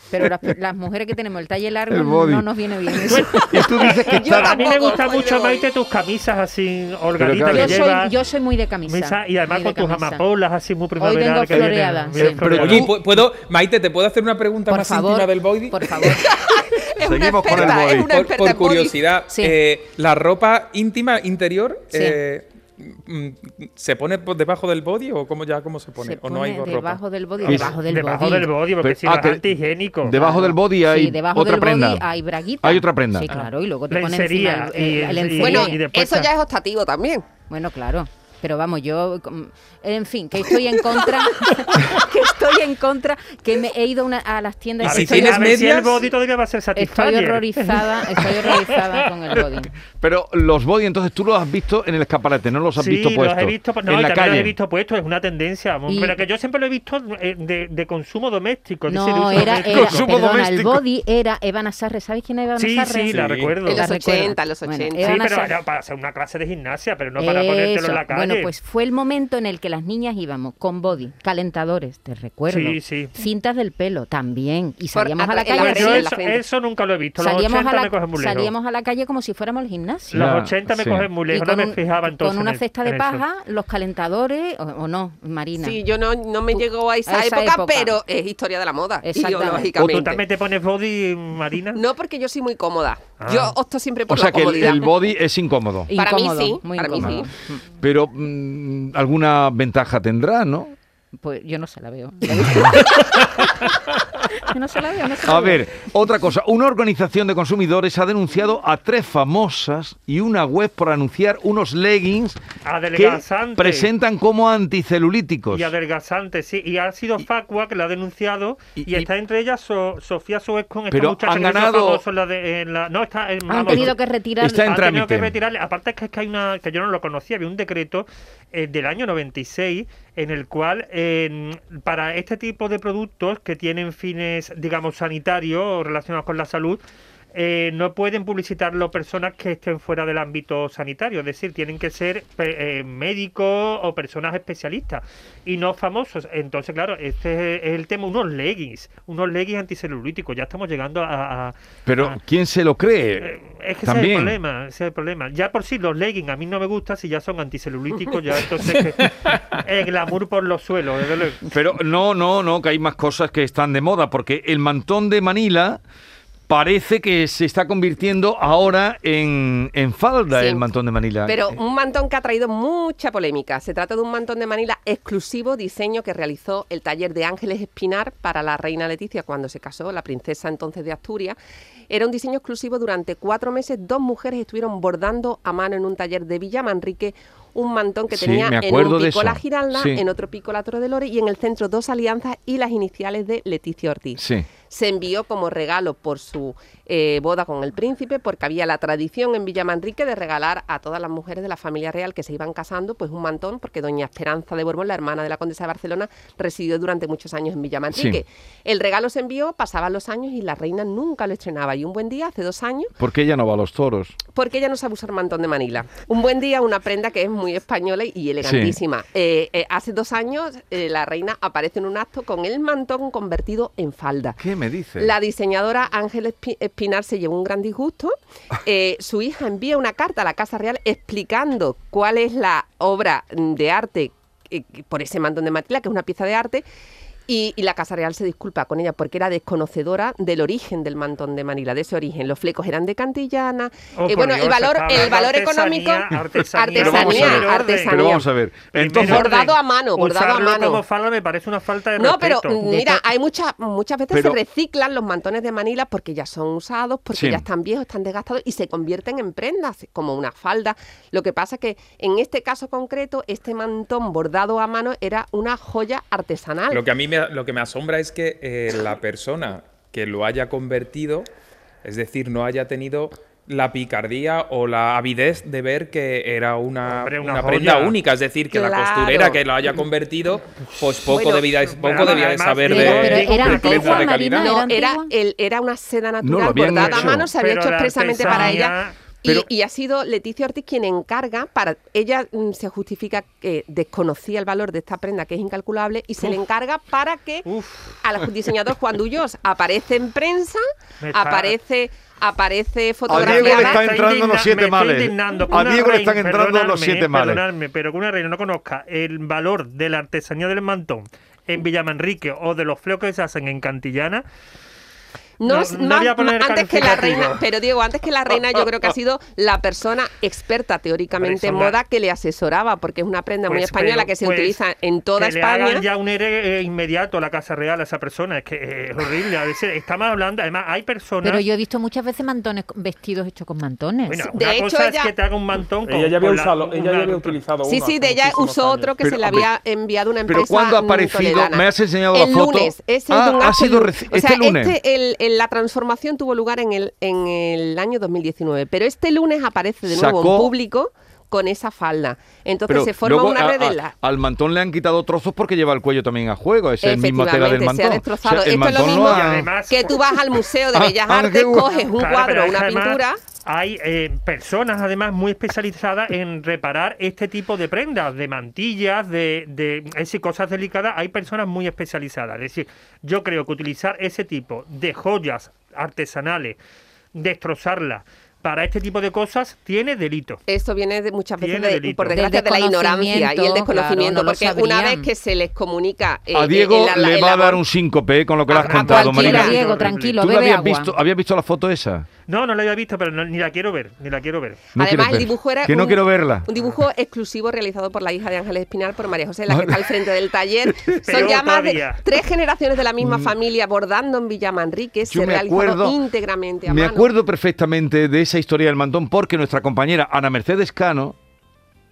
[SPEAKER 8] Pero las, las mujeres que tenemos el talle largo
[SPEAKER 5] El body.
[SPEAKER 8] no nos viene bien eso.
[SPEAKER 5] Y tú dices que
[SPEAKER 6] Yo
[SPEAKER 5] está-
[SPEAKER 7] a mí me
[SPEAKER 6] tampoco
[SPEAKER 7] gusta
[SPEAKER 6] soy de
[SPEAKER 7] mucho,
[SPEAKER 6] hoy.
[SPEAKER 7] Maite, tus camisas así
[SPEAKER 5] Pero
[SPEAKER 7] holgaditas
[SPEAKER 5] claro.
[SPEAKER 7] que
[SPEAKER 8] yo, soy,
[SPEAKER 7] llevas.
[SPEAKER 8] yo soy muy de camisa.
[SPEAKER 7] misa, y además con
[SPEAKER 8] muy de
[SPEAKER 7] tus
[SPEAKER 8] camisa.
[SPEAKER 7] amapolas así muy primaverales.
[SPEAKER 8] vengo
[SPEAKER 7] que vienen
[SPEAKER 8] floreada,
[SPEAKER 7] bien
[SPEAKER 8] sí.
[SPEAKER 5] Pero- pero
[SPEAKER 7] floreadas.
[SPEAKER 9] Oye, ¿pu- ¿puedo, Maite, ¿te puedo hacer una pregunta
[SPEAKER 8] Por
[SPEAKER 9] más
[SPEAKER 8] favor,
[SPEAKER 9] íntima del body?
[SPEAKER 8] por favor.
[SPEAKER 6] Es una
[SPEAKER 5] Seguimos con el
[SPEAKER 6] experta,
[SPEAKER 5] body.
[SPEAKER 6] es una
[SPEAKER 9] Por-
[SPEAKER 6] experta
[SPEAKER 9] por
[SPEAKER 6] en body.
[SPEAKER 9] curiosidad,
[SPEAKER 8] Sí.
[SPEAKER 9] eh, ¿la ropa íntima interior
[SPEAKER 8] Sí.
[SPEAKER 9] eh, mm, se pone por debajo del body o cómo ya cómo se pone?
[SPEAKER 8] Se
[SPEAKER 9] ¿O no hay pues.
[SPEAKER 8] pone
[SPEAKER 9] ropa?
[SPEAKER 8] debajo del body.
[SPEAKER 5] Sí.
[SPEAKER 8] Debajo del
[SPEAKER 7] debajo
[SPEAKER 8] body.
[SPEAKER 7] del body, porque
[SPEAKER 5] Pero-
[SPEAKER 7] si
[SPEAKER 5] ah,
[SPEAKER 7] no
[SPEAKER 5] que-
[SPEAKER 7] es antihigiénico.
[SPEAKER 5] Debajo del body hay
[SPEAKER 8] Sí, debajo
[SPEAKER 5] otra
[SPEAKER 8] del
[SPEAKER 5] prenda.
[SPEAKER 8] body hay braguita.
[SPEAKER 5] Hay otra prenda.
[SPEAKER 8] Sí, claro. Y luego te ponen
[SPEAKER 7] Lencería
[SPEAKER 8] encima el, el-
[SPEAKER 7] y-
[SPEAKER 8] el
[SPEAKER 7] y-
[SPEAKER 8] lencería.
[SPEAKER 6] Bueno,
[SPEAKER 7] Y después
[SPEAKER 6] eso
[SPEAKER 7] está-
[SPEAKER 6] ya es optativo también.
[SPEAKER 8] Bueno, claro. pero vamos, yo, com- en fin, que estoy en contra, que estoy en contra, que me he ido a una- a las tiendas.
[SPEAKER 7] A
[SPEAKER 8] y
[SPEAKER 7] ver,
[SPEAKER 9] si
[SPEAKER 8] estoy,
[SPEAKER 7] si, Ah, a
[SPEAKER 9] tienes
[SPEAKER 7] ver si el
[SPEAKER 9] medias-
[SPEAKER 7] body todavía va a ser
[SPEAKER 8] estoy
[SPEAKER 7] satisfactorio.
[SPEAKER 8] horrorizada, estoy horrorizada con el body.
[SPEAKER 5] Pero los body, entonces tú los has visto en el escaparate, no los has
[SPEAKER 7] Sí,
[SPEAKER 5] visto
[SPEAKER 7] los
[SPEAKER 5] puestos.
[SPEAKER 7] he visto, no,
[SPEAKER 5] en
[SPEAKER 7] y
[SPEAKER 5] la
[SPEAKER 7] también
[SPEAKER 5] calle.
[SPEAKER 7] los he visto puestos, es una tendencia, vamos,
[SPEAKER 8] Y-
[SPEAKER 7] pero que yo siempre lo he visto eh, de, de consumo doméstico. dice, de
[SPEAKER 8] No,
[SPEAKER 7] uso
[SPEAKER 8] era,
[SPEAKER 7] doméstico.
[SPEAKER 8] era
[SPEAKER 5] Consumo
[SPEAKER 8] perdona, el
[SPEAKER 5] doméstico.
[SPEAKER 8] body era Evana Sarre, ¿sabes quién es Evana
[SPEAKER 7] Sí,
[SPEAKER 8] Sarre?
[SPEAKER 7] sí, la
[SPEAKER 9] Sí.
[SPEAKER 7] recuerdo.
[SPEAKER 6] En los
[SPEAKER 8] La recuerdas.
[SPEAKER 6] 80, en los
[SPEAKER 8] Bueno,
[SPEAKER 6] 80.
[SPEAKER 7] Sí,
[SPEAKER 8] Evana
[SPEAKER 7] pero
[SPEAKER 8] Sarre.
[SPEAKER 7] era para hacer una clase de gimnasia, pero no para ponértelo
[SPEAKER 8] Eso.
[SPEAKER 7] en la calle.
[SPEAKER 8] Bueno, pues fue el momento en el que las niñas íbamos con body, calentadores, te recuerdo.
[SPEAKER 7] Sí, sí.
[SPEAKER 8] Cintas del pelo también. Y
[SPEAKER 6] Por
[SPEAKER 8] salíamos a
[SPEAKER 6] atrás,
[SPEAKER 8] la
[SPEAKER 6] en la
[SPEAKER 7] Pero
[SPEAKER 8] calle.
[SPEAKER 7] Pues
[SPEAKER 6] en
[SPEAKER 7] yo
[SPEAKER 8] así.
[SPEAKER 6] la
[SPEAKER 7] eso,
[SPEAKER 6] frente.
[SPEAKER 7] eso nunca lo he visto. Los
[SPEAKER 8] Salíamos
[SPEAKER 7] 80
[SPEAKER 8] a,
[SPEAKER 7] me cogen muy
[SPEAKER 8] la,
[SPEAKER 7] lejos.
[SPEAKER 8] salíamos a la calle como si fuéramos al gimnasio.
[SPEAKER 5] Ah,
[SPEAKER 7] Los 80 me
[SPEAKER 5] sí.
[SPEAKER 7] cogen muy lejos, no
[SPEAKER 8] Y
[SPEAKER 7] me
[SPEAKER 8] un-
[SPEAKER 7] fijaba entonces.
[SPEAKER 8] con una
[SPEAKER 7] en el-
[SPEAKER 8] cesta de
[SPEAKER 7] en eso.
[SPEAKER 8] paja, los calentadores, o, o no, Marina.
[SPEAKER 6] Sí, yo no, no me
[SPEAKER 8] Tú-
[SPEAKER 6] llegó a esa,
[SPEAKER 8] a esa
[SPEAKER 6] época,
[SPEAKER 8] época.
[SPEAKER 6] pero es historia de la moda,
[SPEAKER 8] Exactamente.
[SPEAKER 7] O tú
[SPEAKER 6] ideológicamente.
[SPEAKER 7] también te pones body, Marina.
[SPEAKER 6] No, porque yo soy muy cómoda.
[SPEAKER 7] Ah.
[SPEAKER 6] Yo opto siempre
[SPEAKER 5] O
[SPEAKER 6] por
[SPEAKER 5] sea
[SPEAKER 6] la
[SPEAKER 5] que el,
[SPEAKER 6] comodidad.
[SPEAKER 5] el body es incómodo.
[SPEAKER 6] Para mí
[SPEAKER 8] Incómodo,
[SPEAKER 6] sí,
[SPEAKER 8] muy
[SPEAKER 6] para mí
[SPEAKER 8] incómodo.
[SPEAKER 6] sí.
[SPEAKER 5] Pero mm, alguna ventaja tendrá, ¿no?
[SPEAKER 8] Pues yo no se la veo. yo no se la veo, no se la
[SPEAKER 5] A
[SPEAKER 8] veo.
[SPEAKER 5] ver, otra cosa. Una organización de consumidores ha denunciado a tres famosas y una web por anunciar unos leggings que
[SPEAKER 7] Adelgazante.
[SPEAKER 5] presentan como anticelulíticos.
[SPEAKER 7] Y adelgazante, sí. Y ha sido Facua que la ha denunciado.
[SPEAKER 5] y- y-
[SPEAKER 7] Y, está entre ellas So- Sofía Suez con esta
[SPEAKER 5] Pero
[SPEAKER 7] muchacha
[SPEAKER 5] han
[SPEAKER 7] que se hizo
[SPEAKER 5] ganado-
[SPEAKER 7] famosa en la de- en la- No, está en
[SPEAKER 8] Han
[SPEAKER 7] vamos,
[SPEAKER 8] tenido que retirar.
[SPEAKER 5] Está en
[SPEAKER 7] han tenido que
[SPEAKER 5] trámite.
[SPEAKER 7] retirarle. Aparte es que, es que hay una que yo no lo conocía, había un decreto eh, del año 96 en el cual eh, para este tipo de productos que tienen fines, digamos, sanitarios o relacionados con la salud, eh, no pueden publicitarlo personas que estén fuera del ámbito sanitario, es decir, tienen que ser pe- eh, médicos o personas especialistas y no famosos. Entonces, claro, este es el tema, unos leggings, unos leggings anticelulíticos, ya estamos llegando a- a,
[SPEAKER 5] Pero ¿quién se lo cree?
[SPEAKER 7] eh, Es que ese es
[SPEAKER 5] También.
[SPEAKER 7] el problema, ese es el problema. Ya por sí los leggings a mí no me gustan si ya son anticelulíticos, ya entonces que- el glamour por los suelos. desde luego.
[SPEAKER 5] Pero no, no, no, que hay más cosas que están de moda, porque el mantón de Manila parece que se está convirtiendo ahora en, en falda
[SPEAKER 6] Sí.
[SPEAKER 5] el mantón de Manila. Eh.
[SPEAKER 6] Pero un mantón que ha traído mucha polémica. Se trata de un mantón de Manila exclusivo diseño que realizó el taller de Ángeles Espinar para la reina Leticia cuando se casó, la princesa entonces de Asturias. Era un diseño exclusivo durante cuatro meses. Dos mujeres estuvieron bordando a mano en un taller de Villa Manrique un mantón que
[SPEAKER 5] Sí,
[SPEAKER 6] tenía
[SPEAKER 5] me
[SPEAKER 6] en
[SPEAKER 5] acuerdo
[SPEAKER 6] un
[SPEAKER 5] de
[SPEAKER 6] pico la
[SPEAKER 5] eso.
[SPEAKER 6] Giralda,
[SPEAKER 5] Sí.
[SPEAKER 6] en otro pico la Torre de Lore y en el centro dos alianzas y las iniciales de Leticia Ortiz
[SPEAKER 5] Sí.
[SPEAKER 6] se envió como regalo por su eh, boda con el príncipe, porque había la tradición en Villamanrique de regalar a todas las mujeres de la familia real que se iban casando, pues un mantón, porque doña Esperanza de Borbón, la hermana de la condesa de Barcelona, residió durante muchos años en Villamanrique. El regalo se envió, pasaban los años y la reina nunca lo estrenaba. Y un buen día, hace dos años,
[SPEAKER 5] Porque ella no va a los toros.
[SPEAKER 6] porque ella no sabe usar mantón de Manila. Un buen día, una prenda que es muy española y elegantísima. Eh, eh, hace dos años, eh, la reina aparece en un acto con el mantón convertido en falda.
[SPEAKER 5] ¿Qué me dices?
[SPEAKER 6] La diseñadora Ángeles Espi- Espinar se llevó un gran disgusto. Eh, su hija envía una carta a la Casa Real explicando cuál es la obra de arte eh, por ese mantón de Matila, que es una pieza de arte. Y, y la Casa Real se disculpa con ella porque era desconocedora del origen del mantón de Manila, de ese origen. Los flecos eran de Cantillana.
[SPEAKER 7] Oh,
[SPEAKER 6] Eh,
[SPEAKER 7] por
[SPEAKER 6] bueno, el
[SPEAKER 7] Dios,
[SPEAKER 6] valor,
[SPEAKER 7] estaba
[SPEAKER 6] el
[SPEAKER 7] hablando
[SPEAKER 6] valor
[SPEAKER 7] de
[SPEAKER 6] económico,
[SPEAKER 7] artesanía, artesanía,
[SPEAKER 5] Pero vamos a ver,
[SPEAKER 6] artesanía, artesanía.
[SPEAKER 5] Pero vamos a ver.
[SPEAKER 7] Primero
[SPEAKER 5] Entonces,
[SPEAKER 7] orden.
[SPEAKER 6] Bordado a mano, bordado a
[SPEAKER 7] Usarlo
[SPEAKER 6] mano.
[SPEAKER 7] como falda me parece una falta de
[SPEAKER 6] No, pero
[SPEAKER 7] respeto.
[SPEAKER 6] mm,
[SPEAKER 8] De
[SPEAKER 6] mira,
[SPEAKER 8] to-
[SPEAKER 6] hay muchas muchas veces
[SPEAKER 5] Pero-
[SPEAKER 6] se reciclan los mantones de Manila porque ya son usados, porque
[SPEAKER 5] Sí.
[SPEAKER 6] ya están viejos, están desgastados y se convierten en prendas, como una falda. Lo que pasa que en este caso concreto, este mantón bordado a mano era una joya artesanal.
[SPEAKER 9] Lo que a mí me, lo que me asombra es que eh, la persona que lo haya convertido, es decir, no haya tenido la picardía o la avidez de ver que era una,
[SPEAKER 7] Hombre, una
[SPEAKER 9] una prenda
[SPEAKER 7] joya.
[SPEAKER 9] única, es decir, que la
[SPEAKER 6] Claro.
[SPEAKER 9] costurera que lo haya convertido, pues poco
[SPEAKER 6] Bueno,
[SPEAKER 9] debía,
[SPEAKER 7] pero
[SPEAKER 9] poco debía de
[SPEAKER 7] además
[SPEAKER 9] saber
[SPEAKER 7] digo-
[SPEAKER 9] de,
[SPEAKER 7] pero
[SPEAKER 9] de
[SPEAKER 7] era
[SPEAKER 9] prenda
[SPEAKER 7] antigua,
[SPEAKER 9] de
[SPEAKER 8] Marina,
[SPEAKER 9] calidad.
[SPEAKER 8] era-
[SPEAKER 6] no, era,
[SPEAKER 8] antigua?
[SPEAKER 6] el, era una seda
[SPEAKER 5] No, lo
[SPEAKER 6] natural
[SPEAKER 5] habían
[SPEAKER 6] bordada a
[SPEAKER 5] hecho.
[SPEAKER 6] mano, se había
[SPEAKER 7] Pero
[SPEAKER 6] hecho
[SPEAKER 7] la
[SPEAKER 6] expresamente para ella.
[SPEAKER 7] artesanía-
[SPEAKER 6] Y,
[SPEAKER 5] Pero-
[SPEAKER 6] y ha sido Leticia Ortiz quien encarga, para ella mm, se justifica que desconocía el valor de esta prenda que es incalculable y se le encarga para que
[SPEAKER 7] Uf,
[SPEAKER 6] al diseñador Juan Dullos aparece en prensa,
[SPEAKER 7] Me está-
[SPEAKER 6] aparece, aparece
[SPEAKER 5] A Diego le
[SPEAKER 6] fotografiada.
[SPEAKER 5] están entrando los siete
[SPEAKER 7] me estoy
[SPEAKER 5] males.
[SPEAKER 7] indignando.
[SPEAKER 5] A
[SPEAKER 7] Una
[SPEAKER 5] Diego le están
[SPEAKER 7] reina-
[SPEAKER 5] entrando los
[SPEAKER 7] perdonadme,
[SPEAKER 5] siete
[SPEAKER 7] eh,
[SPEAKER 5] males.
[SPEAKER 7] perdonadme, pero que una reina no conozca el valor de la artesanía del mantón en Villamanrique o de los flecos que se hacen en Cantillana,
[SPEAKER 6] No,
[SPEAKER 7] No,
[SPEAKER 6] es-
[SPEAKER 7] no
[SPEAKER 6] más-
[SPEAKER 7] voy a poner
[SPEAKER 6] más- antes que la
[SPEAKER 7] calificativo.
[SPEAKER 6] reina, pero Diego, antes que la reina, yo creo que ha sido la persona experta teóricamente
[SPEAKER 7] Hombre,
[SPEAKER 6] en
[SPEAKER 7] son la-
[SPEAKER 6] moda que le asesoraba, porque es una prenda muy
[SPEAKER 7] Pues,
[SPEAKER 6] española
[SPEAKER 7] pero,
[SPEAKER 6] que se
[SPEAKER 7] pues,
[SPEAKER 6] utiliza en toda
[SPEAKER 7] que Le
[SPEAKER 6] España.
[SPEAKER 7] hagan ya un ERE eh, inmediato a la Casa Real a esa persona, es que eh, es horrible. A veces estamos hablando, además hay personas...
[SPEAKER 8] Pero yo he visto muchas veces mantones con- vestidos hechos con mantones.
[SPEAKER 7] Bueno,
[SPEAKER 6] De
[SPEAKER 7] una
[SPEAKER 6] hecho,
[SPEAKER 7] cosa
[SPEAKER 6] ella-
[SPEAKER 7] es que te haga un mantón con,
[SPEAKER 9] Ella ya había,
[SPEAKER 7] con la-
[SPEAKER 9] usado, ella ya
[SPEAKER 7] una-
[SPEAKER 9] había utilizado
[SPEAKER 6] Sí,
[SPEAKER 9] una
[SPEAKER 6] sí, de
[SPEAKER 9] hace
[SPEAKER 6] ella
[SPEAKER 9] muchísimos
[SPEAKER 6] usó
[SPEAKER 9] años.
[SPEAKER 6] otro que
[SPEAKER 5] Pero,
[SPEAKER 6] se le
[SPEAKER 5] hombre,
[SPEAKER 6] había enviado una empresa
[SPEAKER 5] Pero ¿cuándo ha
[SPEAKER 6] mm,
[SPEAKER 5] aparecido?
[SPEAKER 6] toledana.
[SPEAKER 5] Me has enseñado
[SPEAKER 6] el
[SPEAKER 5] la foto.
[SPEAKER 6] lunes, es el
[SPEAKER 5] Ah,
[SPEAKER 6] de un
[SPEAKER 5] ha
[SPEAKER 6] ángel
[SPEAKER 5] sido
[SPEAKER 6] lu-
[SPEAKER 5] reci-
[SPEAKER 6] o
[SPEAKER 5] este
[SPEAKER 6] sea,
[SPEAKER 5] lunes.
[SPEAKER 6] este- el- el- la transformación tuvo lugar en el, en el año 2019, pero este lunes aparece de nuevo
[SPEAKER 5] Sacó-
[SPEAKER 6] en público con esa falda. Entonces
[SPEAKER 5] Pero
[SPEAKER 6] se forma
[SPEAKER 5] luego ah,
[SPEAKER 6] una
[SPEAKER 5] a-
[SPEAKER 6] red
[SPEAKER 5] a-
[SPEAKER 6] de la...
[SPEAKER 5] Al mantón le han quitado trozos porque lleva el cuello también a juego. Es el mismo tela del
[SPEAKER 6] Efectivamente,
[SPEAKER 5] mantón.
[SPEAKER 6] se ha destrozado.
[SPEAKER 5] el
[SPEAKER 6] Esto es lo
[SPEAKER 5] mantón
[SPEAKER 6] mismo
[SPEAKER 5] ha-
[SPEAKER 7] Y además-
[SPEAKER 6] Que tú vas al Museo de
[SPEAKER 5] Ah,
[SPEAKER 6] Bellas
[SPEAKER 5] ah,
[SPEAKER 6] Artes,
[SPEAKER 5] qué bueno.
[SPEAKER 6] coges un
[SPEAKER 7] Claro, pero
[SPEAKER 6] cuadro,
[SPEAKER 7] es
[SPEAKER 6] una
[SPEAKER 7] que además
[SPEAKER 6] pintura...
[SPEAKER 7] Hay eh, personas además muy especializadas en reparar este tipo de prendas, de mantillas, de, de es decir, cosas delicadas. Hay personas muy especializadas. Es decir, yo creo que utilizar ese tipo de joyas artesanales, destrozarlas para este tipo de cosas, tiene delito.
[SPEAKER 6] Esto viene de muchas veces,
[SPEAKER 7] Tiene
[SPEAKER 6] de-
[SPEAKER 7] delito.
[SPEAKER 6] por desgracia, de la
[SPEAKER 8] Del
[SPEAKER 6] ignorancia y el
[SPEAKER 8] desconocimiento,
[SPEAKER 6] desconocimiento,
[SPEAKER 8] claro, no lo
[SPEAKER 6] porque una vez
[SPEAKER 8] sabrían.
[SPEAKER 6] que se les comunica... eh,
[SPEAKER 5] A
[SPEAKER 6] eh,
[SPEAKER 5] Diego
[SPEAKER 6] en la-
[SPEAKER 5] le
[SPEAKER 6] en
[SPEAKER 5] va
[SPEAKER 6] la
[SPEAKER 5] a dar
[SPEAKER 6] voz-
[SPEAKER 5] un síncope con lo que le has
[SPEAKER 7] a
[SPEAKER 5] contado,
[SPEAKER 8] Cualquiera,
[SPEAKER 5] Marina.
[SPEAKER 8] Diego, tranquilo,
[SPEAKER 5] ¿Tú la
[SPEAKER 8] bebe
[SPEAKER 5] habías
[SPEAKER 8] agua.
[SPEAKER 5] visto, habías visto la foto esa?
[SPEAKER 7] No, no la había visto, pero no- ni la quiero ver, ni la quiero ver.
[SPEAKER 5] No
[SPEAKER 6] Además,
[SPEAKER 5] quieres
[SPEAKER 6] el
[SPEAKER 5] ver.
[SPEAKER 6] dibujo era
[SPEAKER 5] Que no
[SPEAKER 6] un,
[SPEAKER 5] quiero verla.
[SPEAKER 6] un dibujo exclusivo realizado por la hija de Ángeles Espinal, por María José, la que está al frente del taller. Son
[SPEAKER 7] Peor
[SPEAKER 6] ya más de
[SPEAKER 7] todavía.
[SPEAKER 6] tres generaciones de la misma familia bordando en Villamanrique.
[SPEAKER 5] Mm. Yo
[SPEAKER 6] se
[SPEAKER 5] me
[SPEAKER 6] realizó
[SPEAKER 5] acuerdo-
[SPEAKER 6] íntegramente a
[SPEAKER 5] Me
[SPEAKER 6] mano.
[SPEAKER 5] acuerdo perfectamente de esa historia del mantón porque nuestra compañera Ana Mercedes Cano,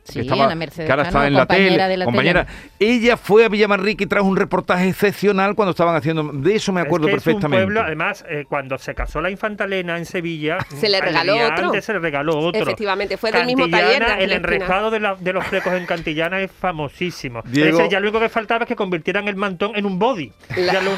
[SPEAKER 8] Sí,
[SPEAKER 5] que, Ah, estaba-
[SPEAKER 8] Ana Mercedes
[SPEAKER 5] que ahora
[SPEAKER 8] Cano,
[SPEAKER 5] está en la
[SPEAKER 8] compañera
[SPEAKER 5] tele,
[SPEAKER 8] de la tele.
[SPEAKER 5] compañera, ella fue a Villamanrique y trajo un reportaje excepcional cuando estaban haciendo, de eso me acuerdo
[SPEAKER 7] es que
[SPEAKER 5] perfectamente.
[SPEAKER 7] Es un pueblo, además, eh, cuando se casó la infanta Elena en Sevilla,
[SPEAKER 6] Se le
[SPEAKER 7] al
[SPEAKER 6] regaló
[SPEAKER 7] día
[SPEAKER 6] otro.
[SPEAKER 7] Antes se le regaló otro.
[SPEAKER 6] Efectivamente, fue del mismo taller de
[SPEAKER 7] Cantillana,
[SPEAKER 6] Ángel
[SPEAKER 7] el
[SPEAKER 6] Espinal.
[SPEAKER 7] enrejado de, la- de los flecos en Cantillana es famosísimo. Es
[SPEAKER 5] Diego-
[SPEAKER 7] decir, ya lo único que faltaba es que convirtieran el mantón en un body.
[SPEAKER 6] La-
[SPEAKER 7] Ya lo-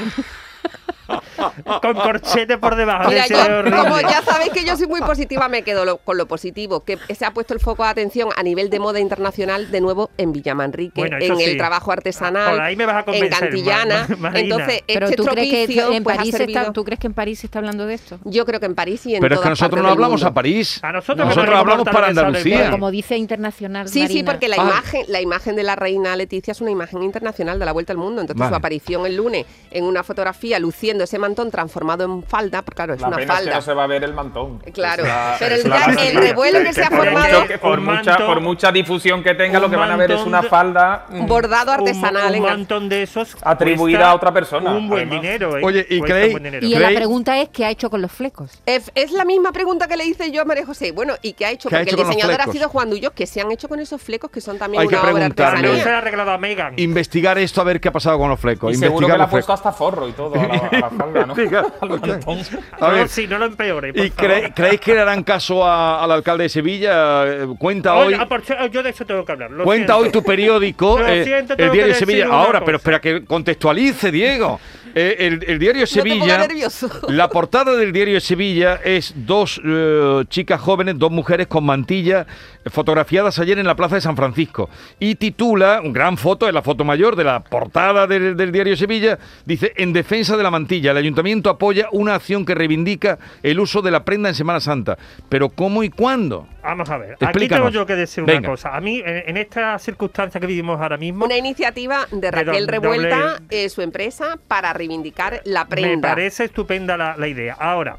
[SPEAKER 7] Con corchete por debajo.
[SPEAKER 6] Mira,
[SPEAKER 7] es decir, es
[SPEAKER 6] yo,
[SPEAKER 7] horrible.
[SPEAKER 6] como ya sabéis que yo soy muy positiva, me quedo lo- con lo positivo, que se ha puesto el foco de atención a nivel de moda internacional de nuevo en Villamanrique,
[SPEAKER 7] Bueno, eso
[SPEAKER 6] en el
[SPEAKER 7] sí.
[SPEAKER 6] trabajo artesanal,
[SPEAKER 7] Por ahí me vas a
[SPEAKER 6] en
[SPEAKER 7] convencer, Ma-
[SPEAKER 6] Cantillana.
[SPEAKER 7] Ma- Marina.
[SPEAKER 6] Entonces,
[SPEAKER 8] Pero
[SPEAKER 6] este
[SPEAKER 8] ¿tú crees, que
[SPEAKER 6] tropicio,
[SPEAKER 8] esto- en
[SPEAKER 6] pues, ha
[SPEAKER 8] París está-
[SPEAKER 6] servido-
[SPEAKER 8] ¿tú crees que en París se está hablando de esto?
[SPEAKER 6] Yo creo que en París y en
[SPEAKER 5] Pero es que
[SPEAKER 6] todas
[SPEAKER 5] nosotros
[SPEAKER 6] partes
[SPEAKER 5] no
[SPEAKER 6] del
[SPEAKER 5] hablamos
[SPEAKER 6] mundo.
[SPEAKER 5] a París.
[SPEAKER 7] A nosotros que
[SPEAKER 5] nosotros
[SPEAKER 7] ponemos
[SPEAKER 5] hablamos para
[SPEAKER 7] portales,
[SPEAKER 5] Andalucía.
[SPEAKER 7] ¿sabes?
[SPEAKER 8] Como dice internacional.
[SPEAKER 6] Sí, sí,
[SPEAKER 8] Marina.
[SPEAKER 6] porque la
[SPEAKER 5] Ah.
[SPEAKER 6] imagen, la imagen de la reina Leticia es una imagen internacional de la vuelta al mundo. Entonces
[SPEAKER 5] Vale.
[SPEAKER 6] su aparición el lunes en una fotografía luciendo ese mantón transformado en falda, porque claro, es
[SPEAKER 9] La
[SPEAKER 6] una
[SPEAKER 9] pena es que
[SPEAKER 6] falda.
[SPEAKER 9] no se va a ver el mantón.
[SPEAKER 6] Claro,
[SPEAKER 9] Es la-
[SPEAKER 6] pero
[SPEAKER 9] es
[SPEAKER 6] el
[SPEAKER 9] la
[SPEAKER 6] gran-
[SPEAKER 9] lástima.
[SPEAKER 6] el revuelo que se ha
[SPEAKER 9] Por mucho
[SPEAKER 6] formado-
[SPEAKER 9] que- por,
[SPEAKER 7] Un
[SPEAKER 9] mucha,
[SPEAKER 7] mantón-
[SPEAKER 9] por mucha difusión que tenga, lo que van a ver es
[SPEAKER 7] mantón
[SPEAKER 9] una
[SPEAKER 7] de-
[SPEAKER 9] falda mm,
[SPEAKER 6] Bordado
[SPEAKER 7] Un-
[SPEAKER 6] artesanal
[SPEAKER 7] Un,
[SPEAKER 6] en
[SPEAKER 7] mantón de esos.
[SPEAKER 9] Atribuida
[SPEAKER 7] cuesta
[SPEAKER 9] a otra persona,
[SPEAKER 7] Un buen
[SPEAKER 9] además.
[SPEAKER 7] dinero. ¿eh?
[SPEAKER 5] Oye, ¿y
[SPEAKER 7] Cuesta un
[SPEAKER 5] creéis-
[SPEAKER 7] buen dinero.
[SPEAKER 8] Y la
[SPEAKER 5] ¿Creéis?
[SPEAKER 8] pregunta es, ¿qué ha hecho con los flecos?
[SPEAKER 6] Es, es la misma pregunta que le hice yo a María José. Bueno, ¿y qué ha hecho?
[SPEAKER 5] ¿Qué ha
[SPEAKER 6] Porque
[SPEAKER 5] hecho con
[SPEAKER 6] el
[SPEAKER 5] los
[SPEAKER 6] diseñador ha
[SPEAKER 5] flecos?
[SPEAKER 6] sido Juan Dullos, que se han hecho con esos flecos que son también
[SPEAKER 5] Hay que
[SPEAKER 6] una obra
[SPEAKER 5] preguntarle.
[SPEAKER 7] Ah,
[SPEAKER 5] Dale.
[SPEAKER 7] no, se
[SPEAKER 6] artesanal.
[SPEAKER 7] la ha regalado a Megan.
[SPEAKER 5] Investigar esto a ver qué ha pasado con los flecos.
[SPEAKER 9] Y seguro que
[SPEAKER 5] investigar
[SPEAKER 9] le
[SPEAKER 5] los
[SPEAKER 9] ha puesto
[SPEAKER 5] flecos.
[SPEAKER 9] hasta forro y todo a la, a la falda, ¿no?
[SPEAKER 5] Diga,
[SPEAKER 9] Al mantón.
[SPEAKER 5] A ver.
[SPEAKER 7] No, sí, no lo empeore. por
[SPEAKER 5] ¿Y
[SPEAKER 7] favor.
[SPEAKER 5] cre- creéis que le harán caso a- al alcalde de Sevilla? Eh, Cuenta hoy.
[SPEAKER 7] Oye, ah, por cierto, yo de eso tengo que hablar. lo
[SPEAKER 5] Cuenta
[SPEAKER 7] siento.
[SPEAKER 5] hoy tu periódico,
[SPEAKER 7] Lo
[SPEAKER 5] eh,
[SPEAKER 7] siento,
[SPEAKER 5] el
[SPEAKER 7] tengo
[SPEAKER 5] Diario de
[SPEAKER 7] que
[SPEAKER 5] Sevilla.
[SPEAKER 7] decir una
[SPEAKER 5] Ahora,
[SPEAKER 7] cosa.
[SPEAKER 5] pero espera que contextualice, Diego. Eh, el, el Diario de
[SPEAKER 6] No te pongas
[SPEAKER 5] Sevilla.
[SPEAKER 6] nervioso.
[SPEAKER 5] La portada del Diario de Sevilla es dos eh, chicas jóvenes, dos mujeres con mantilla, eh, fotografiadas ayer en la Plaza de San Francisco. Y titula, un gran foto, es la foto mayor de la portada del, del Diario de Sevilla, dice: En defensa de la mantilla, el ayuntamiento apoya una acción que reivindica el uso de la prenda en Semana Santa. Pero ¿cómo y cuándo?
[SPEAKER 7] Vamos a ver. Aquí
[SPEAKER 5] Explícanos.
[SPEAKER 7] tengo yo que decir una
[SPEAKER 5] Venga.
[SPEAKER 7] cosa. A mí, en, en esta circunstancia que vivimos ahora mismo,
[SPEAKER 6] Una iniciativa de Raquel
[SPEAKER 7] doble-
[SPEAKER 6] Revuelta, eh, su empresa, para reivindicar la
[SPEAKER 7] me
[SPEAKER 6] prenda.
[SPEAKER 7] parece estupenda la, la idea. Ahora,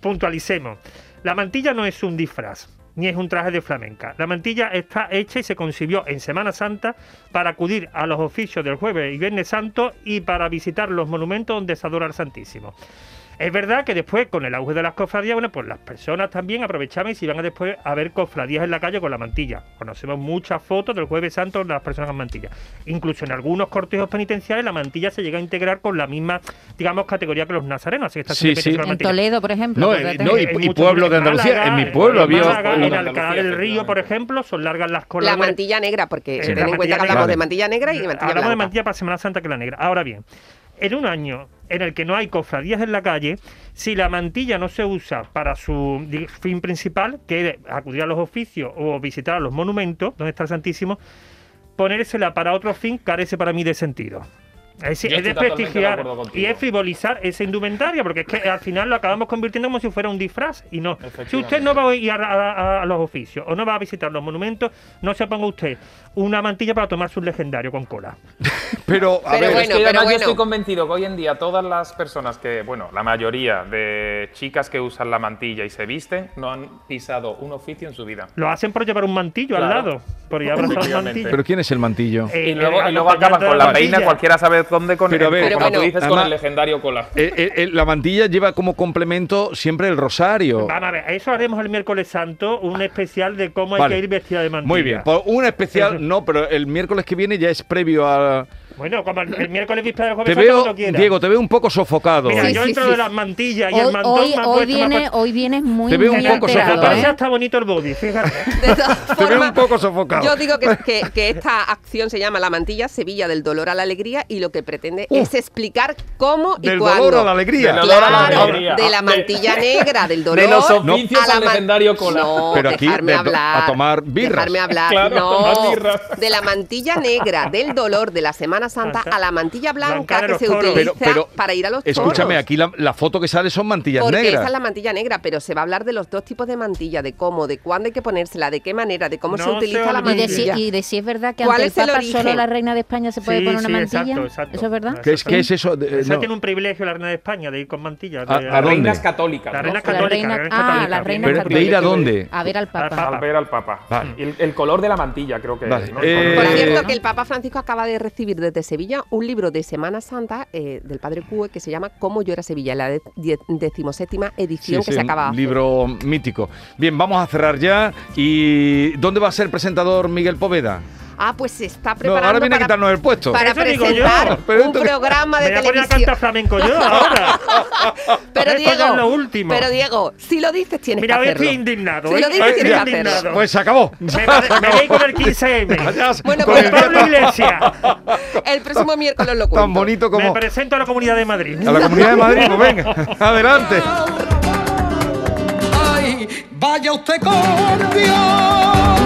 [SPEAKER 7] puntualicemos. La mantilla no es un disfraz, ni es un traje de flamenca. La mantilla está hecha y se concibió en Semana Santa para acudir a los oficios del jueves y viernes santo y para visitar los monumentos donde se adora al Santísimo. Es verdad que después, con el auge de las cofradías, bueno, pues las personas también aprovechaban y se iban a después a ver cofradías en la calle con la mantilla. Conocemos muchas fotos del Jueves Santo de las personas con mantilla. Incluso en algunos cortejos penitenciales la mantilla se llega a integrar con la misma, digamos, categoría que los nazarenos. Así que está
[SPEAKER 5] Sí,
[SPEAKER 7] siempre
[SPEAKER 5] sí.
[SPEAKER 7] hecho con la
[SPEAKER 8] En
[SPEAKER 7] mantilla. Pues,
[SPEAKER 8] Toledo, por ejemplo.
[SPEAKER 5] No,
[SPEAKER 8] porque
[SPEAKER 5] eh,
[SPEAKER 8] tengo-
[SPEAKER 5] no, y-
[SPEAKER 7] Hay muchos
[SPEAKER 5] pueblos de
[SPEAKER 7] en
[SPEAKER 5] Andalucía.
[SPEAKER 7] Málaga,
[SPEAKER 5] En mi pueblo había-
[SPEAKER 7] Málaga,
[SPEAKER 5] Pueblo
[SPEAKER 7] en
[SPEAKER 5] de
[SPEAKER 7] Alcalá
[SPEAKER 9] Andalucía,
[SPEAKER 7] del Río, por ejemplo, son largas las colas.
[SPEAKER 6] La
[SPEAKER 7] de-
[SPEAKER 6] mantilla negra, porque
[SPEAKER 7] Eh,
[SPEAKER 6] ten
[SPEAKER 7] la
[SPEAKER 6] en cuenta
[SPEAKER 7] mantilla
[SPEAKER 6] que hablamos
[SPEAKER 5] negra.
[SPEAKER 6] de mantilla negra y de mantilla
[SPEAKER 7] Hablamos de
[SPEAKER 6] blanca.
[SPEAKER 7] mantilla para Semana Santa que la negra. Ahora bien, en un año en el que no hay cofradías en la calle, si la mantilla no se usa para su di- fin principal, que es acudir a los oficios o visitar a los monumentos donde está el Santísimo, ponérsela para otro fin carece para mí de sentido. Es, decir,
[SPEAKER 9] Yo
[SPEAKER 7] es
[SPEAKER 9] estoy totalmente de
[SPEAKER 7] desprestigiar
[SPEAKER 9] acuerdo
[SPEAKER 7] y
[SPEAKER 9] contigo.
[SPEAKER 7] es frivolizar esa indumentaria, porque es que al final lo acabamos convirtiendo como si fuera un disfraz y no. Si usted no va a ir a, a- a los oficios o no va a visitar los monumentos, no se ponga usted una mantilla para tomar su legendario con cola.
[SPEAKER 5] Pero, a
[SPEAKER 6] Pero
[SPEAKER 5] ver,
[SPEAKER 9] Pero es
[SPEAKER 6] bueno,
[SPEAKER 9] que además
[SPEAKER 6] bueno.
[SPEAKER 9] yo estoy convencido que hoy en día todas las personas que, bueno, la mayoría de chicas que usan la mantilla y se visten, no han pisado un oficio en su vida.
[SPEAKER 7] Lo hacen por llevar un mantillo al
[SPEAKER 9] Claro.
[SPEAKER 7] lado, por llevar un
[SPEAKER 9] Efectivamente.
[SPEAKER 7] mantillo.
[SPEAKER 5] ¿pero quién es el mantillo?
[SPEAKER 7] Eh,
[SPEAKER 9] y luego,
[SPEAKER 7] eh,
[SPEAKER 9] y luego acaban con la
[SPEAKER 7] acompañante de
[SPEAKER 9] peina,
[SPEAKER 7] la
[SPEAKER 9] cualquiera sabe dónde con
[SPEAKER 5] Pero a
[SPEAKER 9] el,
[SPEAKER 5] ver,
[SPEAKER 9] como
[SPEAKER 6] bueno.
[SPEAKER 9] tú dices, con
[SPEAKER 5] Además-
[SPEAKER 9] el legendario cola.
[SPEAKER 5] Eh, eh, eh, la mantilla lleva como complemento siempre el rosario.
[SPEAKER 7] Vamos a ver, eso haremos el miércoles santo, un especial de cómo hay
[SPEAKER 5] Vale.
[SPEAKER 7] que ir vestida de mantilla.
[SPEAKER 5] Muy bien, por un especial, no, pero el miércoles que viene ya es previo a...
[SPEAKER 7] Bueno, como el, el miércoles víspera del
[SPEAKER 5] Te
[SPEAKER 7] jueves santo,
[SPEAKER 5] veo,
[SPEAKER 7] cuando quieras.
[SPEAKER 5] Diego, te veo un poco sofocado.
[SPEAKER 7] Mira,
[SPEAKER 8] Sí,
[SPEAKER 7] yo
[SPEAKER 8] sí,
[SPEAKER 7] entro
[SPEAKER 8] sí.
[SPEAKER 7] de las mantillas y el
[SPEAKER 8] Hoy,
[SPEAKER 7] mantón
[SPEAKER 8] hoy,
[SPEAKER 7] me ha puesto,
[SPEAKER 8] hoy
[SPEAKER 7] me ha
[SPEAKER 8] viene,
[SPEAKER 7] puesto-
[SPEAKER 8] hoy vienes muy
[SPEAKER 5] Te veo un
[SPEAKER 8] muy
[SPEAKER 5] poco
[SPEAKER 7] Pero
[SPEAKER 8] alterado,
[SPEAKER 5] sofocado.
[SPEAKER 7] entonces
[SPEAKER 8] ¿eh?
[SPEAKER 7] está bonito el body, fíjate.
[SPEAKER 6] De todas
[SPEAKER 5] Te veo un
[SPEAKER 6] formas,
[SPEAKER 5] poco sofocado.
[SPEAKER 6] Yo digo que, que- que esta acción se llama La Mantilla Sevilla del Dolor a la Alegría y lo que pretende es explicar cómo y
[SPEAKER 5] Uh. Del
[SPEAKER 6] cuándo.
[SPEAKER 5] dolor a la alegría.
[SPEAKER 9] Del dolor a la
[SPEAKER 6] Claro,
[SPEAKER 9] alegría. Ah,
[SPEAKER 6] de la mantilla negra, del dolor
[SPEAKER 9] de los
[SPEAKER 6] a
[SPEAKER 9] oficios
[SPEAKER 6] la
[SPEAKER 9] al
[SPEAKER 6] man-
[SPEAKER 9] legendario cola.
[SPEAKER 6] No,
[SPEAKER 5] Pero aquí,
[SPEAKER 6] dejarme
[SPEAKER 5] de to-
[SPEAKER 6] hablar.
[SPEAKER 5] a tomar birras.
[SPEAKER 6] Dejarme hablar.
[SPEAKER 9] Claro, a
[SPEAKER 6] no,
[SPEAKER 9] tomar birras.
[SPEAKER 6] de la mantilla negra, del dolor de la Semana Santa a la mantilla blanca
[SPEAKER 7] Blanca de
[SPEAKER 6] que
[SPEAKER 7] los
[SPEAKER 6] se
[SPEAKER 7] toros.
[SPEAKER 6] utiliza
[SPEAKER 5] pero, pero
[SPEAKER 6] para ir a los
[SPEAKER 5] escúchame,
[SPEAKER 6] toros.
[SPEAKER 5] aquí la, la foto que sale son mantillas
[SPEAKER 6] Porque
[SPEAKER 5] negras.
[SPEAKER 6] esa es la mantilla negra, pero se va a hablar de los dos tipos de mantilla, de cómo, de cuándo hay que ponérsela, de qué manera, de cómo
[SPEAKER 7] No
[SPEAKER 6] se
[SPEAKER 7] se
[SPEAKER 6] utiliza la
[SPEAKER 8] Y
[SPEAKER 7] olvide.
[SPEAKER 8] de, si,
[SPEAKER 6] mantilla.
[SPEAKER 8] y de si es verdad que
[SPEAKER 6] ¿Cuál
[SPEAKER 8] ante el
[SPEAKER 6] es el
[SPEAKER 8] Papa
[SPEAKER 6] origen?
[SPEAKER 8] solo la reina de España se puede
[SPEAKER 7] Sí,
[SPEAKER 8] poner una
[SPEAKER 7] sí,
[SPEAKER 8] mantilla.
[SPEAKER 7] exacto, exacto.
[SPEAKER 8] ¿Eso es verdad?
[SPEAKER 5] ¿Qué es,
[SPEAKER 7] Exacto.
[SPEAKER 5] qué es eso? De- eh,
[SPEAKER 7] Esa
[SPEAKER 5] no.
[SPEAKER 7] tiene un privilegio la reina de España de ir con mantilla.
[SPEAKER 5] ¿A-
[SPEAKER 7] de-
[SPEAKER 5] a dónde?
[SPEAKER 9] Reinas católicas.
[SPEAKER 7] La
[SPEAKER 9] ¿no?
[SPEAKER 7] reina
[SPEAKER 8] La
[SPEAKER 7] católica.
[SPEAKER 8] reina-
[SPEAKER 7] la reina
[SPEAKER 8] ah,
[SPEAKER 7] católica,
[SPEAKER 8] la
[SPEAKER 7] bien.
[SPEAKER 8] reina
[SPEAKER 5] Pero, ¿De ir a dónde?
[SPEAKER 8] A ver al Papa.
[SPEAKER 7] Papa.
[SPEAKER 9] Al ver al Papa.
[SPEAKER 5] Vale.
[SPEAKER 9] El, el color de la mantilla, creo que
[SPEAKER 5] Vale.
[SPEAKER 9] es. ¿no?
[SPEAKER 5] Eh,
[SPEAKER 6] Por
[SPEAKER 5] Eh,
[SPEAKER 6] cierto, que el Papa Francisco acaba de recibir desde Sevilla un libro de Semana Santa eh, del Padre Cue que se llama Cómo llora Sevilla, la de- die- decimoséptima
[SPEAKER 5] Sí,
[SPEAKER 6] edición
[SPEAKER 5] sí,
[SPEAKER 6] que se
[SPEAKER 5] un
[SPEAKER 6] acaba.
[SPEAKER 5] libro mítico. Bien, vamos a cerrar ya. ¿Y dónde va a ser presentador Miguel Poveda?
[SPEAKER 6] Ah, pues se está
[SPEAKER 5] No,
[SPEAKER 6] preparando
[SPEAKER 5] ahora viene a
[SPEAKER 6] para,
[SPEAKER 5] quitarnos el puesto.
[SPEAKER 6] para
[SPEAKER 7] Eso digo
[SPEAKER 6] presentar
[SPEAKER 5] yo. Pero
[SPEAKER 6] un
[SPEAKER 5] esto-
[SPEAKER 6] programa
[SPEAKER 7] Me
[SPEAKER 6] de
[SPEAKER 7] voy a poner a
[SPEAKER 6] televisión.
[SPEAKER 7] cantar flamenco yo ahora.
[SPEAKER 6] Pero
[SPEAKER 7] Esto ya
[SPEAKER 6] Diego,
[SPEAKER 7] es lo último.
[SPEAKER 6] pero Diego, si lo dices tienes
[SPEAKER 7] Mira, hoy
[SPEAKER 6] que hacerlo.
[SPEAKER 7] estoy indignado.
[SPEAKER 6] Si
[SPEAKER 7] hoy
[SPEAKER 6] lo dices,
[SPEAKER 7] estoy
[SPEAKER 6] tienes que hacerlo.
[SPEAKER 7] indignado.
[SPEAKER 5] Pues se acabó.
[SPEAKER 7] me va- me voy con el 15M.
[SPEAKER 6] Bueno,
[SPEAKER 7] con
[SPEAKER 6] pues-
[SPEAKER 7] Pablo Iglesias.
[SPEAKER 6] El próximo miércoles lo cuento.
[SPEAKER 5] Tan bonito
[SPEAKER 7] Me
[SPEAKER 5] como
[SPEAKER 7] presento a la Comunidad de Madrid.
[SPEAKER 5] a la Comunidad de Madrid. Pues venga, adelante.
[SPEAKER 2] Ay, vaya usted con Dios.